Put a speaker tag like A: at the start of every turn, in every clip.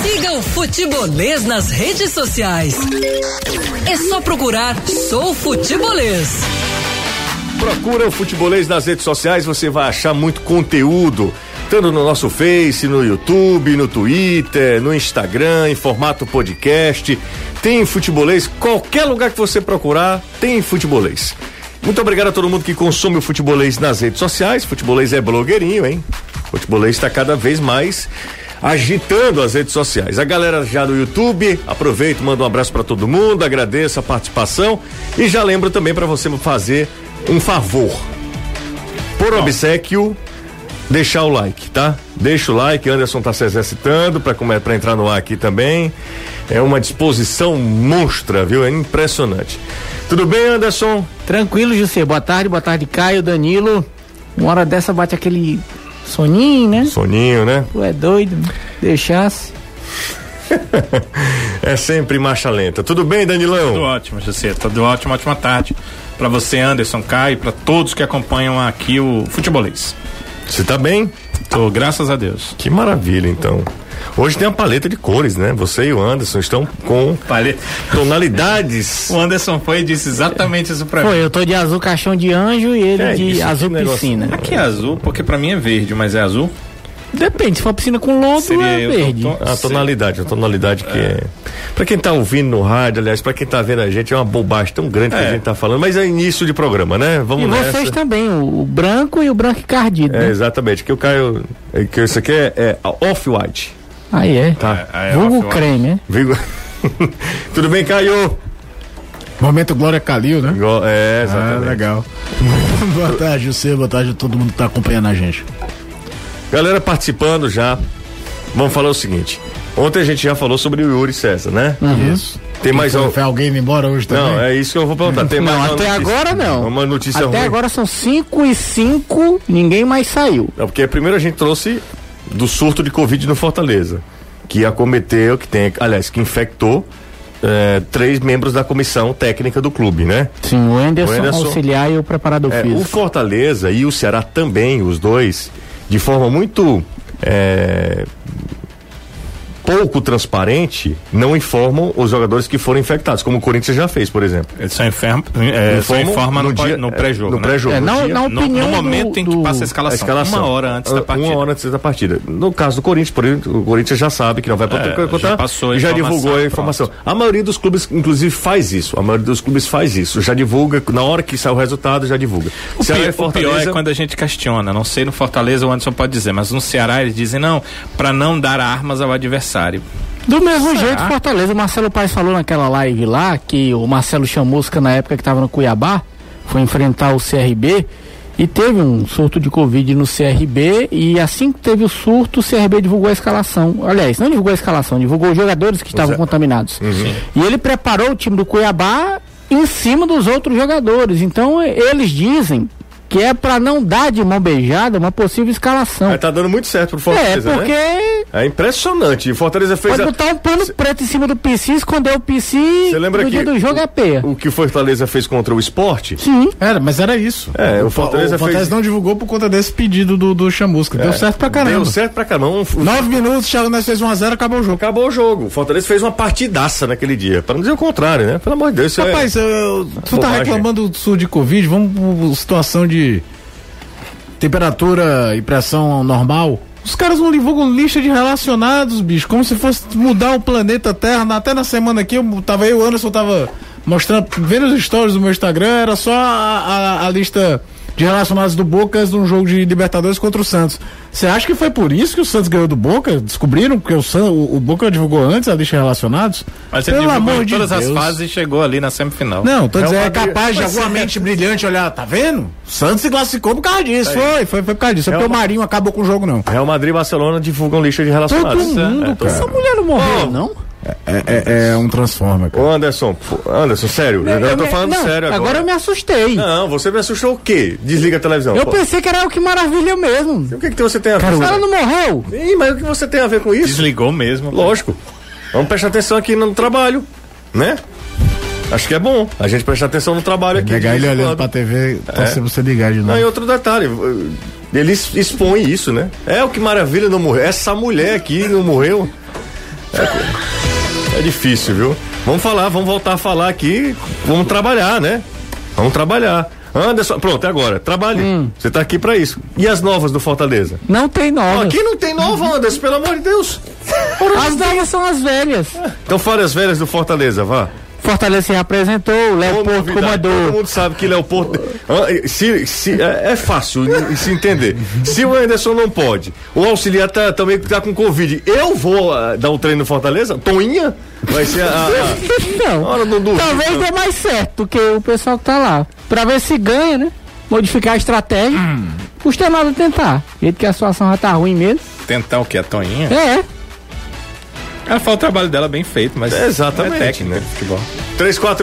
A: Seu futebolês nas redes sociais. É só procurar Sou Futebolês.
B: Procura o Futebolês nas redes sociais, você vai achar muito conteúdo. Tanto no nosso Face, no YouTube, no Twitter, no Instagram, em formato podcast. Tem futebolês, qualquer lugar que você procurar, tem futebolês. Muito obrigado a todo mundo que consome o futebolês nas redes sociais. Futebolês é blogueirinho, hein? Futebolês está cada vez mais agitando as redes sociais. A galera já do YouTube, aproveito, mando um abraço para todo mundo, agradeço a participação e já lembro também para você fazer um favor. Por obsequio, deixar o like, tá? Deixa o like, Anderson tá se exercitando para como é para entrar no ar aqui também. É uma disposição monstra, viu? É impressionante. Tudo bem, Anderson?
C: Tranquilo, José. Boa tarde, boa tarde, Caio, Danilo. Uma hora dessa bate aquele soninho, né?
B: Soninho, né?
C: Tu é doido, deixasse.
B: É sempre marcha lenta. Tudo bem,
D: Tudo
B: Danilão?
D: ótimo, José. Tudo ótimo, ótima tarde. Pra você, Anderson, Caio, pra todos que acompanham aqui o Futebolês.
B: Você tá bem?
D: Tô, graças a Deus.
B: Que maravilha, então. Hoje tem uma paleta de cores, né? Você e o Anderson estão com
D: Falei.
B: tonalidades.
D: O Anderson foi e disse exatamente isso pra
C: Pô,
D: mim.
C: eu tô de azul caixão de anjo e ele
B: É
C: de
B: isso, que
C: azul
B: negócio.
C: piscina.
D: Aqui é azul, porque pra mim é verde, mas é azul.
C: Depende, se for piscina com lobo,
D: Seria
C: é
D: eu,
C: verde.
D: tô- tô-
B: A Ah, tonalidade, a tonalidade que é. Pra quem tá ouvindo no rádio, aliás, pra quem tá vendo a gente, é uma bobagem tão grande que
D: É.
B: a gente tá falando, mas é início de programa, né? Vamos
C: E
B: nessa.
C: vocês também, o, o branco e o branco encardido.
B: É,
C: né?
B: exatamente, que o Caio. é, Que isso aqui é, é off-white.
C: Aí é.
B: Tá.
D: É, é
C: Vulgo
D: off-white.
C: creme, né?
B: Vigo- Tudo bem, Caio?
E: Momento Glória Calil, né?
B: Igual- É,
E: Ah,
B: exatamente.
E: legal. boa tarde, você, boa tarde a todo mundo que tá acompanhando a gente.
B: Galera participando já. Vamos falar o seguinte. Ontem a gente já falou sobre o Yuri César, né?
D: Uhum.
E: Isso.
B: Tem mais
E: Foi,
B: um.
E: foi alguém indo embora hoje também?
B: Não, é isso que eu vou perguntar. Tem mais
C: Não,
B: uma
C: até
B: notícia.
C: agora não.
B: Uma notícia
C: até
B: ruim.
C: agora são 5 e 5, ninguém mais saiu.
B: Não, porque primeiro a gente trouxe do surto de Covid no Fortaleza, que acometeu, que tem, aliás, que infectou eh, três membros da comissão técnica do clube, né?
C: Sim, o Anderson,
B: O Anderson-
C: auxiliar e o preparador
B: É, o
C: físico.
B: Fortaleza e o Ceará também, os dois, de forma muito é, pouco transparente, não informam os jogadores que foram infectados, como o Corinthians já fez, por exemplo.
D: Eles só informam é, só
B: Informam
D: informa no, pó-
B: dia-
D: no pré-jogo.
B: No
D: né?
B: pré-jogo.
C: É,
B: no
C: não,
B: dia-
C: na
D: No,
C: opinião
D: no momento
C: do,
D: em que
C: do-
D: passa a
B: A
D: escalação,
B: escalação.
D: Uma hora antes
B: Ah,
D: da partida.
B: Uma hora antes da partida. No caso do Corinthians, por exemplo, o Corinthians já sabe que não vai
D: É,
B: para
D: já passou a
B: e já
D: informação,
B: divulgou a informação. A maioria dos clubes, inclusive, faz isso. A maioria dos clubes faz isso. Já divulga, na hora que sai o resultado, já divulga.
D: O
B: Ceará
D: pior,
B: e
D: o pior é quando a gente questiona. Não sei no Fortaleza, o Anderson pode dizer, mas no Ceará eles dizem não, pra não dar armas ao adversário.
C: Do mesmo jeito, Fortaleza, o Marcelo Paes falou naquela live lá que o Marcelo Chamusca, na época que estava no Cuiabá, foi enfrentar o CRB e teve um surto de Covid no CRB. E assim que teve o surto, o CRB divulgou a escalação. Aliás, não divulgou a escalação, divulgou os jogadores que estavam contaminados. E ele preparou o time do Cuiabá em cima dos outros jogadores. Então, e- eles dizem que é para não dar de mão beijada uma possível escalação.
B: Mas tá dando muito certo pro
C: É,
B: Fortaleza,
C: porque.
B: né? É impressionante. O Fortaleza fez
C: Pode
B: a-
C: botar um pano preto em cima do PC, esconder o PC
B: Você lembra
C: no
B: que
C: dia do jogo é peia.
B: o que o Fortaleza fez contra o esporte.
C: Sim.
E: Era, mas era isso.
B: É, o Fortaleza
E: o Fortaleza, o, Fortaleza
B: fez-
E: não divulgou por conta desse pedido do, do Chamusca. Deu certo pra caramba.
B: É, Deu certo pra caramba. Um-
E: Nove minutos, Thiago Neves fez 1x0, acabou o jogo.
B: Acabou o jogo. O Fortaleza fez uma partidaça naquele dia. Pra não dizer o contrário, né? Pelo amor de Deus. isso é-
E: Rapaz, eu- eu- tu tá
B: Bobagem.
E: reclamando do sul de Covid, vamos pra situação de temperatura e pressão normal. Os caras não divulgam lista de relacionados, bicho, como se fosse mudar o planeta Terra. Na- Até na semana aqui, eu tava eu, o Anderson, tava mostrando, vendo os stories do meu Instagram, era só a, a- a lista de relacionados do Boca num jogo de Libertadores contra o Santos. Você acha que foi por isso que o Santos ganhou do Boca? Descobriram porque o, San, o, o Boca divulgou antes a lista de relacionados?
D: Mas ele divulgou em todas as fases e chegou ali na semifinal.
E: não, tô
B: É
E: dizendo,
B: uma
E: é capaz de
B: Mas
E: alguma
B: é-
E: mente brilhante olhar, tá vendo? Santos se classificou por causa disso. Foi, foi, foi por causa disso. É porque
B: uma-
E: o Marinho acabou com o jogo, não.
B: Real Madrid e Barcelona divulgam lista de
E: Todo
B: relacionados.
E: mundo,
B: É,
E: cara.
C: Essa mulher não morreu, não?
E: É, é, um transforma,
B: Ô Anderson, pô, Anderson, sério, eu, tô
C: me-
B: falando
C: não,
B: sério agora.
C: eu me assustei.
B: Não, você me assustou o quê? Desliga a televisão.
C: eu
B: pô.
C: pensei que era o que maravilha mesmo.
B: O que, que você tem a ver
C: Ela
B: com isso?
C: não morreu?
B: Ih, mas o que você tem a ver com isso?
D: Desligou mesmo.
B: Lógico. Vamos prestar atenção aqui no trabalho, né? Acho que é bom a gente prestar atenção no trabalho aqui.
E: Pegar
B: de
E: É ele
B: vez em
E: olhando
B: quando.
E: pra TV, tá
B: É.
E: sem você ligar de
B: Não, e
E: novo.
B: outro detalhe, né? ele es- expõe isso, né? É o que maravilha não morreu. Essa mulher aqui não morreu. É, é difícil, viu? Vamos falar, vamos voltar a falar aqui. Vamos trabalhar, né? Vamos trabalhar. Anderson, pronto, é agora. Trabalhe. Você tá aqui pra isso. E as novas do Fortaleza?
C: Não tem
B: Ó,
C: nova.
B: Aqui não tem nova, Anderson, pelo amor de Deus.
C: As novas são as velhas.
B: Então fale as velhas do Fortaleza, vá.
C: Fortaleza se reapresentou, Léo
B: Ô,
C: Porto
B: novidade, Todo
C: comandou.
B: mundo sabe que ele é o Porto. Ah, Se, se, é, é fácil de se entender. Se o Anderson não pode, o auxiliar tá, também tá com Covid. Eu vou ah, dar um treino no Fortaleza? Toinha? Vai ser a. a- a-
C: Não.
B: Ora, não duvido.
C: Talvez dê mais certo do que o pessoal que tá lá. Pra ver se ganha, né? Modificar a estratégia.
B: Hum.
C: Custa nada tentar. Do Jeito que a situação já tá ruim mesmo.
D: Tentar o que? A Toninha?
C: É.
D: Ela fala o trabalho dela bem feito, mas.
B: É, exatamente,
D: não é técnica
B: né?
D: de futebol.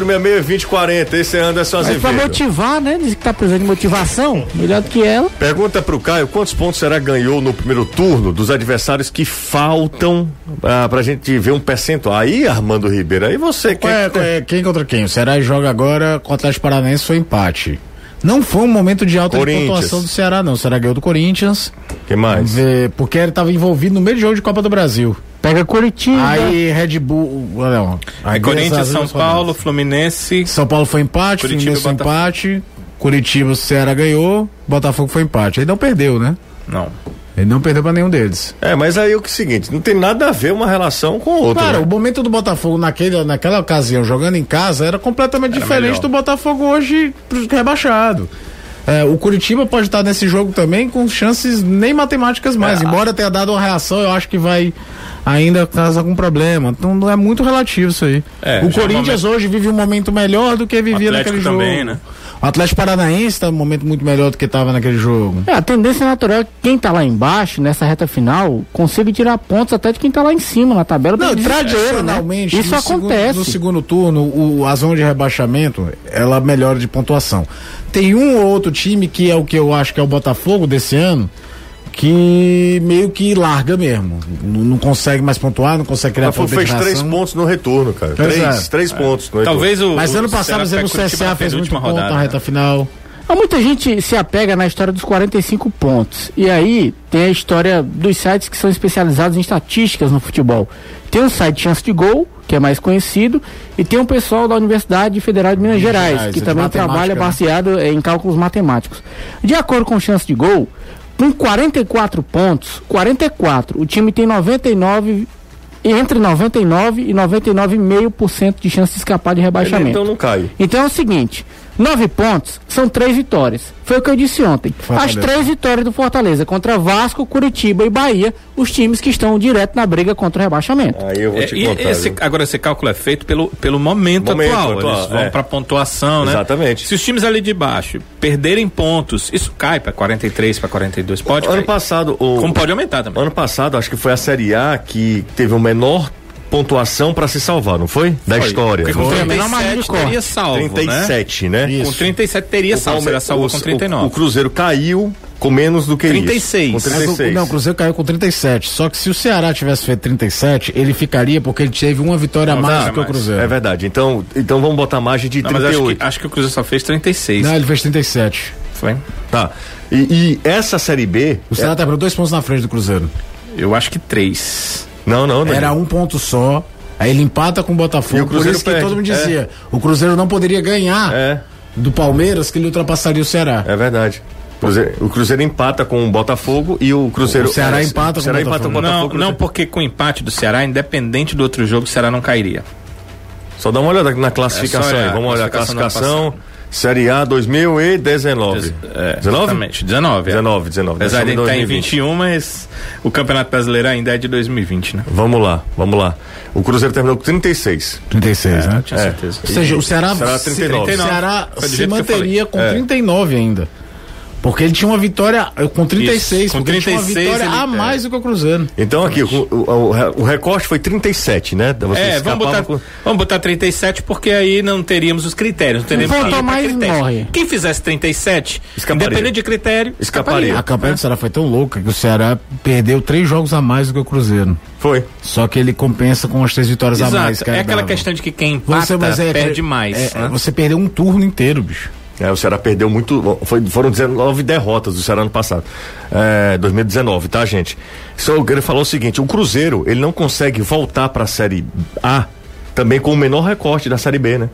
B: 3466-2040. Esse é Anderson
C: Mas pra
B: Azevedo.
C: motivar, né? Diz que tá precisando de motivação. Melhor do que ela.
B: Pergunta pro Caio quantos pontos será que ganhou no primeiro turno dos adversários que faltam ah, pra gente ver um percentual. Aí, Armando Ribeiro, aí você
E: Qual é-
B: quer.
E: qual é- quem contra quem? O Ceará joga agora com o Atlético Paranaense foi empate. Não foi um momento de alta de
B: Corinthians. É
E: pontuação do Ceará, não. O Ceará ganhou do Corinthians,
B: que mais?
E: eh, porque ele estava envolvido no meio de jogo de Copa do Brasil.
C: Pega Curitiba.
E: Aí Red Bull. Não,
D: Aí, Corinthians, São Paulo, Fluminense.
E: São Paulo foi empate,
D: Curitiba e
E: Fluminense foi
D: Botafogo.
E: empate, Curitiba o Ceará ganhou, Botafogo foi empate. Ele não perdeu, né?
D: Não.
E: Ele não perdeu pra nenhum deles.
B: É, mas aí o que é o seguinte, não tem nada a ver uma relação com outra.
E: Cara,
B: né?
E: o momento do Botafogo naquele, naquela ocasião, jogando em casa, era completamente diferente
D: melhor.
E: do Botafogo hoje rebaixado. É, o Curitiba pode estar nesse jogo também com chances nem matemáticas
D: É.
E: mais. Embora tenha dado uma reação, eu acho que vai ainda causar algum problema. Então não é muito relativo isso aí.
D: É,
E: o
D: já
E: Corinthians hoje vive um momento melhor do que vivia
D: O Atlético
E: naquele jogo.
D: também, né?
E: O Atlético Paranaense está um momento muito melhor do que estava naquele jogo.
C: É, a tendência natural é que quem tá lá embaixo, nessa reta final, consiga tirar pontos até de quem tá lá em cima na tabela. pra
E: Não,
C: dizer-
E: tradicionalmente,
C: Isso
E: no
C: acontece.
E: Segundo, no segundo turno, o, a zona de rebaixamento, ela melhora de pontuação. Tem um ou outro time, que é o que eu acho que é o Botafogo desse ano, que meio que larga mesmo. Não, não consegue mais pontuar, não consegue
B: O
E: criar
B: Botafogo
E: ponto de
B: fez
E: reação.
B: três pontos no retorno, cara.
E: Pois
B: Três,
E: é.
B: três pontos no
D: Talvez o.
E: Mas
D: o
E: ano passado, por
D: Ceará
E: exemplo, o
B: é
D: pega Curitiba
E: CSA
D: na
E: fez muito
D: penúltima
E: ponto na
D: né?
E: reta final.
C: Há Muita gente se apega na história dos 45 pontos. E aí tem a história dos sites que são especializados em estatísticas no futebol. Tem o site Chance de Gol, que é mais conhecido, e tem o pessoal da Universidade Federal de Minas Gerais,
E: Gerais,
C: que
E: é de
C: também
E: matemática,
C: trabalha
E: né?
C: baseado eh, em cálculos matemáticos. De acordo com o Chance de Gol, com 44 pontos, 44, o time tem 99 entre 99 e 99,5% de chance de escapar de
B: Ele,
C: rebaixamento.
B: então não cai.
C: Então é o seguinte: nove pontos são três vitórias. Foi o que eu disse ontem.
E: Fortaleza.
C: As três vitórias do Fortaleza contra Vasco, Curitiba e Bahia, os times que estão direto na briga contra o rebaixamento.
B: Aí eu vou
D: É,
B: te
D: e
B: contar.
D: esse-
B: viu?
D: agora, esse cálculo é feito pelo, pelo momento,
B: Momento
D: atual.
B: atual,
D: Eles vão
B: é.
D: pra pontuação, né?
B: Exatamente.
D: Se os times ali de baixo perderem pontos, isso cai pra 43, pra 42. Pode
B: Ano
D: cair.
B: passado, o,
D: Como pode aumentar também.
B: ano passado, acho que foi a Série A que teve o menor pontuação pra se salvar, não foi? Da
D: Foi.
B: história. né?
D: Porque com
C: Foi. Menor margem de
D: 37
C: corte.
D: teria salvo,
B: 37, né?
D: né? Com 37 teria salvo, será
B: Palmeiras-
D: salvo com
B: o-
D: 39.
B: O, o Cruzeiro caiu com menos do que
D: 36.
B: isso. Com
E: Mas o-
B: 36.
E: não, o Cruzeiro caiu com 37. Só que se o Ceará tivesse feito 37, ele ficaria porque ele teve uma vitória a
D: Uma
E: mais do
D: vitória
E: que o
D: a mais.
E: Cruzeiro.
B: É verdade. Então, então vamos botar a margem de
D: Não, mas
B: 38.
D: acho que, acho que o Cruzeiro só fez 36.
E: Não, ele fez 37.
D: Foi?
B: Tá. E, e essa Série B.
E: O Ceará tá por dois pontos na frente do Cruzeiro.
D: Eu acho que 3.
B: Não, não, não.
E: Era um ponto só. Aí ele empata com o Botafogo.
B: E o
E: por
B: Cruzeiro
E: isso que
B: perde.
E: todo mundo dizia:
D: É.
E: o Cruzeiro não poderia ganhar
B: É.
E: do Palmeiras, que ele ultrapassaria o Ceará.
B: É verdade. Cruzeiro- o Cruzeiro empata com o Botafogo e o Cruzeiro. É,
E: O Ceará empata com
B: o Ceará
E: o
B: empata com o
E: Botafogo. né?
D: Não,
B: Botafogo.
D: não, porque com o empate do Ceará, independente do outro jogo, o Ceará não cairia.
B: Só dá uma olhada na classificação
D: É, só olhar
B: aí. Vamos
D: a
B: olhar a
D: classificação do
B: classificação.
D: ano
B: Série A 2019.
D: É,
B: 19?
D: Exatamente, 19. é.
B: 19, 19.
D: Apesar de
B: Décimo
D: estar em
B: 2020.
D: 21, mas o Campeonato Brasileiro ainda é de 2020, né?
B: Vamos lá, vamos lá. O Cruzeiro terminou com 36.
E: 36,
B: É.
E: né?
D: Tinha certeza.
E: Ou seja, o Ceará,
B: Ceará
E: se-
B: 39.
E: o Ceará
D: Foi do
E: se
D: jeito que eu
E: manteria com
B: É.
E: 39 ainda. Porque ele tinha uma vitória eh, com 36.
D: Isso, com
E: porque ele tinha uma
D: 36
E: vitória
D: ele-
E: a mais
D: é.
E: do que o Cruzeiro.
B: Então aqui, o, o, o recorte foi 37, né? Você
D: É, vamos
B: escapava
D: botar, vamos botar 37, porque aí não teríamos os critérios. Não teríamos
C: Quem
D: que ir
C: faltou
D: pra
C: mais morre.
D: Quem fizesse 37,
B: Escaparia.
D: independente de critério,
B: Escaparia.
E: A campanha do Ceará foi tão louca que o Ceará perdeu três jogos a mais do que o Cruzeiro.
B: Foi.
E: Só que ele compensa com as três vitórias
D: Exato.
E: a mais. que
D: é
E: ele
D: aquela
E: dava.
D: questão de que quem empata
E: Você, mas é,
D: perde
E: é,
D: mais.
E: é,
D: né?
E: Você perdeu um turno inteiro, bicho.
B: É, o Ceará perdeu muito. Foi, foram 19 derrotas do Ceará ano passado. É, 2019, tá, gente? Ele falou o seguinte: o Cruzeiro ele não consegue voltar para a Série A também com o menor recorte da Série B, né?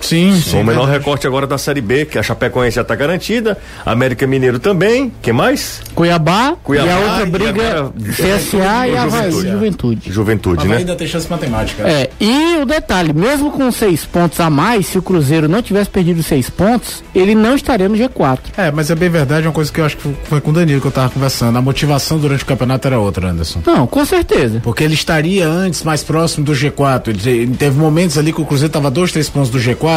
E: Sim, né?
B: Com o menor recorte agora da Série B, que a Chapecoense já está garantida, América Mineiro também, que mais?
C: Cuiabá,
B: Cuiabá,
C: e a outra
B: e
C: briga
B: agora-
C: CSA e a
B: Juventude.
C: Juventude.
B: Juventude,
E: Mas
B: né?
E: ainda tem chance matemática.
C: É, e o detalhe, mesmo com seis pontos a mais, se o Cruzeiro não tivesse perdido seis pontos, ele não estaria no G4.
E: É, mas é bem verdade, uma coisa que eu acho que foi com o Danilo que eu tava conversando. A motivação durante o campeonato era outra, Anderson.
C: Não, com certeza.
E: Porque ele estaria antes mais próximo do G4. Ele te- Ele teve momentos ali que o Cruzeiro estava dois, três pontos do G4,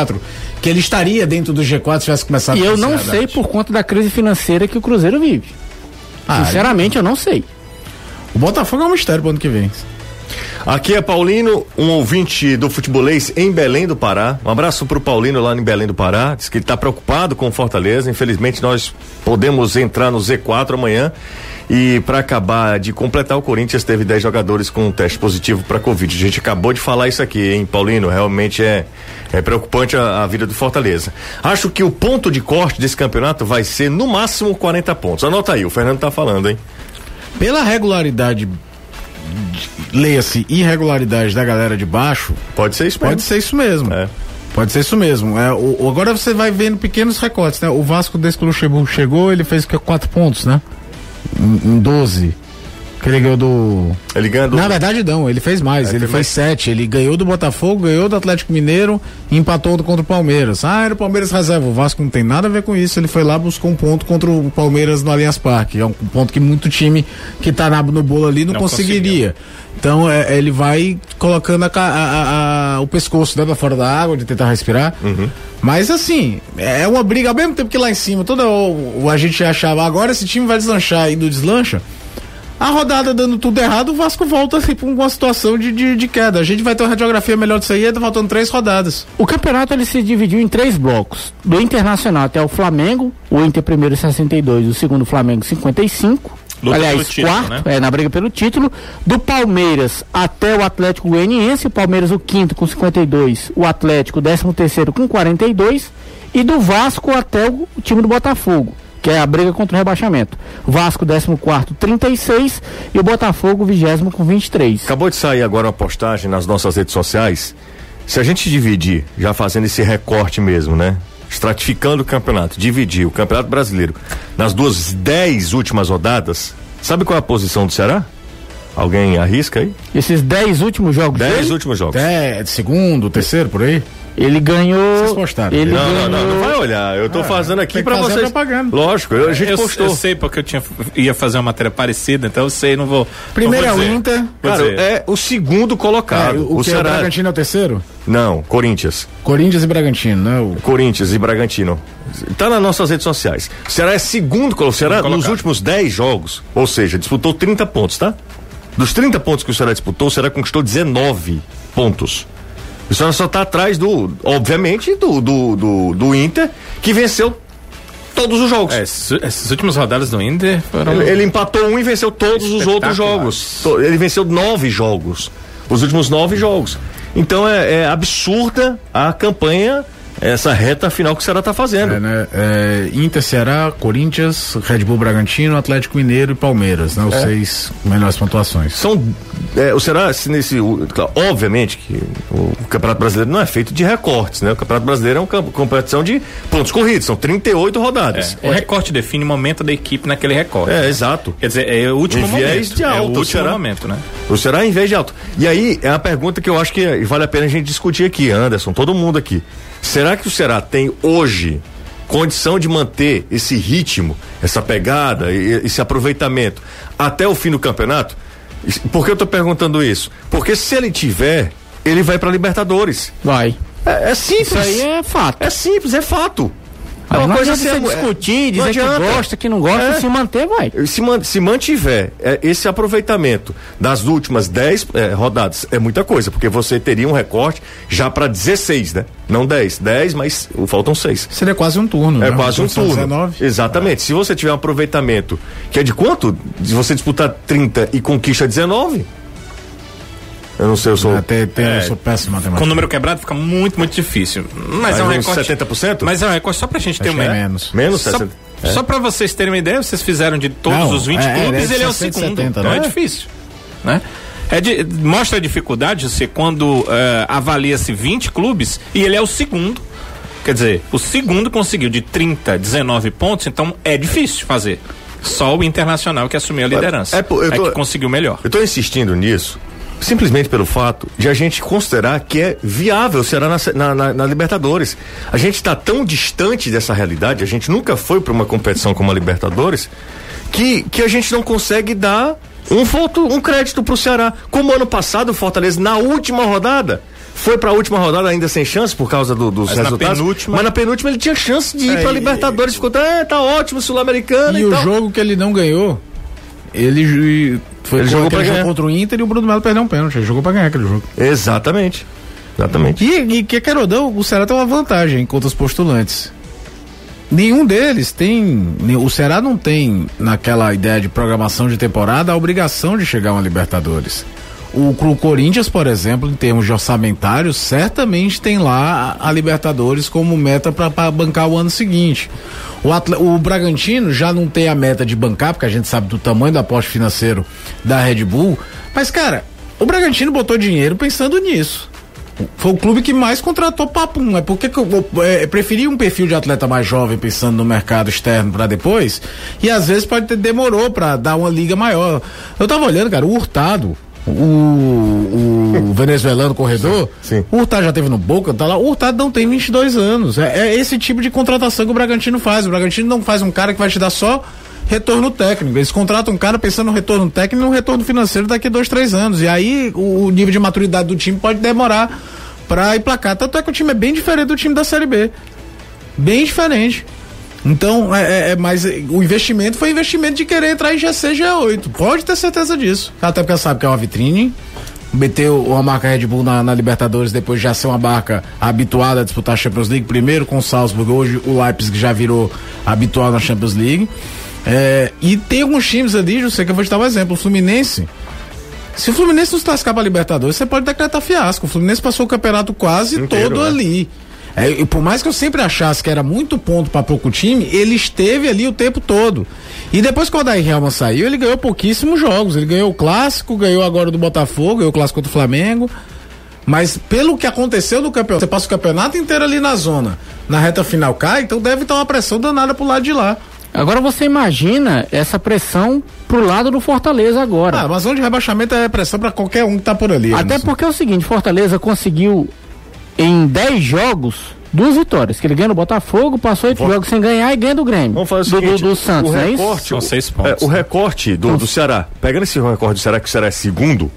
E: que ele estaria dentro do G4 se tivesse começado
C: E
E: com
C: eu
E: a
C: não
E: ansiedade.
C: sei por conta da crise financeira que o Cruzeiro vive.
E: Ah,
C: Sinceramente, eu não sei.
E: O Botafogo é um mistério pro ano que vem.
B: Aqui é Paulino, um ouvinte do futebolês em Belém do Pará. Um abraço pro Paulino lá em Belém do Pará. Diz que ele tá preocupado com o Fortaleza. Infelizmente, nós podemos entrar no Z4 amanhã. E para acabar de completar, o Corinthians teve 10 jogadores com um teste positivo para Covid. A gente acabou de falar isso aqui, hein, Paulino? Realmente é, é preocupante a, a vida do Fortaleza. Acho que o ponto de corte desse campeonato vai ser no máximo 40 pontos. Anota aí, o Fernando tá falando, hein?
E: Pela regularidade, leia-se, irregularidade da galera de baixo,
B: Pode ser isso mesmo.
E: Pode ser isso mesmo.
B: É.
E: Pode ser isso mesmo. É, o, o- agora você vai vendo pequenos recortes, né? O Vasco desde que o Luxemburgo chegou, ele fez o quê? quatro pontos, né? Em, em 12. Que ele ganhou do.
B: Ele ganha do-
E: Na verdade, não, ele fez mais. ele
B: fez
E: fez
B: mais.
E: sete. Ele ganhou do Botafogo, ganhou do Atlético Mineiro e empatou contra o Palmeiras. Ah, era o Palmeiras reserva. O Vasco não tem nada a ver com isso. Ele foi lá, buscou um ponto contra o Palmeiras no Allianz Parque. É um ponto que muito time que tá na, no bolo ali não,
D: Não
E: conseguiria. Então, é- ele vai colocando a ca- a- a- a- o pescoço né, pra fora da água, de tentar respirar. Mas, assim, é uma briga. Ao mesmo tempo que lá em cima, toda o, o- a gente achava, agora esse time vai deslanchar e não deslancha. A rodada dando tudo errado, o Vasco volta assim, pra uma situação de, de, de queda. A gente vai ter uma radiografia melhor disso aí, tá faltando três rodadas.
C: O campeonato ele se dividiu em três blocos. Do Internacional até o Flamengo, o Inter primeiro 62, o segundo Flamengo 55.
D: Luta pelo
C: Aliás,
D: título,
C: quarto,
D: né?
C: é, na briga pelo título. Do Palmeiras até o Atlético Goianiense, o Palmeiras o quinto com 52, o Atlético o décimo terceiro com 42. E do Vasco até o time do Botafogo, que é a briga contra o rebaixamento. Vasco décimo quarto 36 e o Botafogo vigésimo com 23.
B: Acabou de sair agora uma postagem nas nossas redes sociais. Se a gente dividir, já fazendo esse recorte mesmo, né? Estratificando o campeonato, dividir o Campeonato Brasileiro nas duas dez últimas rodadas, sabe qual é a posição do Ceará? Alguém arrisca aí?
C: Esses 10 últimos jogos
B: Dez
C: dele,
B: últimos jogos.
E: É, segundo, terceiro, por aí.
C: ele ganhou.
E: Vocês postaram.
C: ele
B: Não, não, não,
C: ganhou-
B: não vai olhar. Eu tô fazendo aqui
E: Ah, tem que
B: pra
E: fazer a
B: vocês.
E: propaganda.
B: Lógico, eu- a gente
D: eu,
B: postou.
D: eu sei porque eu tinha, ia fazer uma matéria parecida, então eu sei, não vou.
E: Primeiro
D: não
E: é
D: vou
E: o
D: dizer.
E: Inter.
D: Vou
B: Cara,
D: dizer.
B: é o segundo colocado.
E: É,
B: o
E: o, o que é o
B: Ceará.
E: Bragantino é o terceiro?
B: Não, Corinthians.
E: Corinthians e Bragantino, né? O...
B: Corinthians e Bragantino. Tá nas nossas redes sociais. O Ceará é segundo colocado. O Ceará, nos últimos 10 jogos, ou seja, disputou 30 pontos, tá? Dos 30 pontos que o Ceará disputou, o Ceará conquistou 19 pontos. O Ceará só tá atrás do, obviamente, do, do, do, do Inter, que venceu todos os jogos.
D: É, esses- essas últimas rodadas do Inter foram.
B: Ele, ele empatou um e venceu todos os outros jogos. To- Ele venceu nove jogos. Os últimos nove jogos. Então é, é absurda a campanha, essa reta final que o Ceará tá fazendo.
E: É, né? É, Inter, Ceará, Corinthians, Red Bull Bragantino, Atlético Mineiro e Palmeiras, né? Os seis melhores pontuações.
B: São. É, o Ceará, se nesse. o- claro, obviamente que o Campeonato Brasileiro não é feito de recortes, né? O Campeonato Brasileiro é uma camp- competição de pontos corridos, são 38 rodadas.
D: É, o recorte define o momento da equipe naquele recorte.
B: É, exato.
D: Quer dizer, é o último
B: Em viés
D: momento.
B: de
D: é o
B: alta,
D: último
B: será?
D: momento, né?
B: O Ceará é em vez de alto. E aí, é uma pergunta que eu acho que vale a pena a gente discutir aqui, Anderson, todo mundo aqui. Será que o Ceará tem hoje condição de manter esse ritmo, essa pegada, e- esse aproveitamento até o fim do campeonato? E- Por que eu tô perguntando isso? Porque se ele tiver, ele vai pra Libertadores.
C: Vai.
B: É, é simples.
C: Isso aí é fato.
B: É simples, é fato. É
C: não adianta
B: assim,
C: você
B: é-
C: discutir,
B: não
C: dizer que
B: adianta.
C: gosta, que não gosta,
B: É.
C: se manter, vai.
B: Se, man- se mantiver é, esse aproveitamento das últimas 10 é, rodadas, é muita coisa, porque você teria um recorte já para 16, né? Não 10, 10, mas uh, faltam 6.
E: Seria quase um turno.
B: É
E: né?
B: quase um
E: São Ah.
B: turno.
E: 19.
B: Exatamente. Se você tiver um aproveitamento que é de quanto? Se você disputar 30 e conquista 19. Eu não sei, eu sou.
E: Até, até
B: É.
E: eu sou
D: Com
E: péssimo em
D: o
E: matemática.
D: número quebrado fica muito, muito difícil. Mas
B: Mas
D: é um
B: uns
D: recorde.
B: 70%?
D: Mas é um recorde só pra gente ter
E: Acho
D: uma
E: que é
D: ideia.
E: menos.
B: né? Menos
D: só,
B: 60%. É.
D: só pra vocês terem uma ideia, vocês fizeram de todos
E: Não,
D: os 20
E: é, é,
D: clubes,
E: é
D: ele é o
E: 670,
D: segundo. Então
E: né?
D: é difícil. Né? É de- mostra a dificuldade, você quando eh, avalia-se 20 clubes e ele é o segundo. Quer dizer, o segundo conseguiu de 30, 19 pontos, então é difícil fazer. Só o internacional que assumiu a liderança.
B: é, pô, eu tô-
D: que conseguiu melhor.
B: Eu tô insistindo nisso simplesmente pelo fato de a gente considerar que é viável será na, na- na- na Libertadores. A gente está tão distante dessa realidade, a gente nunca foi para uma competição como a Libertadores, que, que a gente não consegue dar um, voto, um crédito para o Ceará. Como ano passado, o Fortaleza, na última rodada. Foi para a última rodada ainda sem chance por causa do- dos
D: Mas na
B: resultados.
D: penúltima-
B: Mas na penúltima ele tinha chance de ir
E: É,
B: para
E: e-
B: Libertadores. Ficou, ah, tá ótimo, Sul-Americano.
E: E
B: e
E: o
B: tal."
E: jogo que ele não ganhou, ele ju- foi
B: Ele jogou
E: ele jogou
B: pra ganhar.
E: contra o Inter e o Bruno Melo perdeu um pênalti. Ele jogou pra ganhar aquele jogo.
B: Exatamente. Exatamente.
E: E, e que Carodão, o Ceará tem uma vantagem contra os postulantes. Nenhum deles tem. nem- O Ceará não tem, naquela ideia de programação de temporada, a obrigação de chegar a uma Libertadores. O, Cru- Corinthians, por exemplo, em termos de orçamentário, certamente tem lá a a Libertadores como meta para bancar o ano seguinte. O, Atle- o Bragantino já não tem a meta de bancar, porque a gente sabe do tamanho do aporte financeiro da Red Bull. Mas, cara, o Bragantino botou dinheiro pensando nisso. Foi o clube que mais contratou papum. É porque que eu vou- é, preferi um perfil de atleta mais jovem pensando no mercado externo pra depois. E às vezes pode ter demorou pra dar uma liga maior. Eu tava olhando, cara, o Hurtado, o, o venezuelano corredor,
B: sim.
E: o Hurtado já teve no Boca, tá lá. O Hurtado não tem 22 anos. É, é esse tipo de contratação que o Bragantino faz. O Bragantino não faz um cara que vai te dar só retorno técnico. Eles contratam um cara pensando no retorno técnico e no retorno financeiro daqui a dois, três anos. E aí o, o nível de maturidade do time pode demorar pra emplacar. Tanto é que o time é bem diferente do time da Série B. Bem diferente. Então, é, é- é- mas é, o investimento foi investimento de querer entrar em G6, G8. Pode ter certeza disso. Até porque sabe que é uma vitrine. Meter o- uma marca Red Bull na, na Libertadores depois de já ser uma marca habituada a disputar a Champions League, primeiro com o Salzburg, hoje o Leipzig já virou habitual na Champions League. É, e tem alguns times ali, José, que eu vou te dar um exemplo. O Fluminense, se o Fluminense não se lascar pra Libertadores, você pode decretar fiasco. O Fluminense passou o campeonato quase
B: Inteiro,
E: todo
B: né?
E: ali. É, e por mais que eu sempre achasse que era muito ponto pra pouco time, ele esteve ali o tempo todo. E depois que o Odair Helman saiu, ele ganhou pouquíssimos jogos. Ele ganhou o clássico, ganhou agora do Botafogo, ganhou o clássico contra o Flamengo. Mas pelo que aconteceu no campeonato, você passa o campeonato inteiro ali na zona. Na reta final cai, então deve estar uma pressão danada pro lado de lá.
C: Agora você imagina essa pressão pro lado do Fortaleza agora.
E: Ah, mas zona de rebaixamento é pressão pra qualquer um que tá por ali.
C: Até
E: Emerson.
C: porque é o seguinte, Fortaleza conseguiu em 10 jogos duas vitórias, que ele ganha no Botafogo, passou 8 jogos sem ganhar e ganha do Grêmio.
B: Vamos fazer o
C: do, do-
B: seguinte,
C: do Santos,
B: o
C: não é isso?
B: recorte,
D: São
B: o-
D: seis pontos,
B: é, o
D: né?
B: recorte do, do Ceará, pegando esse recorde do Ceará, que o Ceará é segundo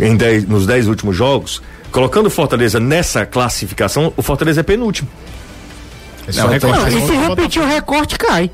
B: em dez, nos dez últimos jogos, colocando o Fortaleza nessa classificação, o Fortaleza é penúltimo.
E: Só
D: Não,
E: tem
D: recorde-
C: Não,
E: mais
C: e se
E: um que
C: repetir o recorte, cai.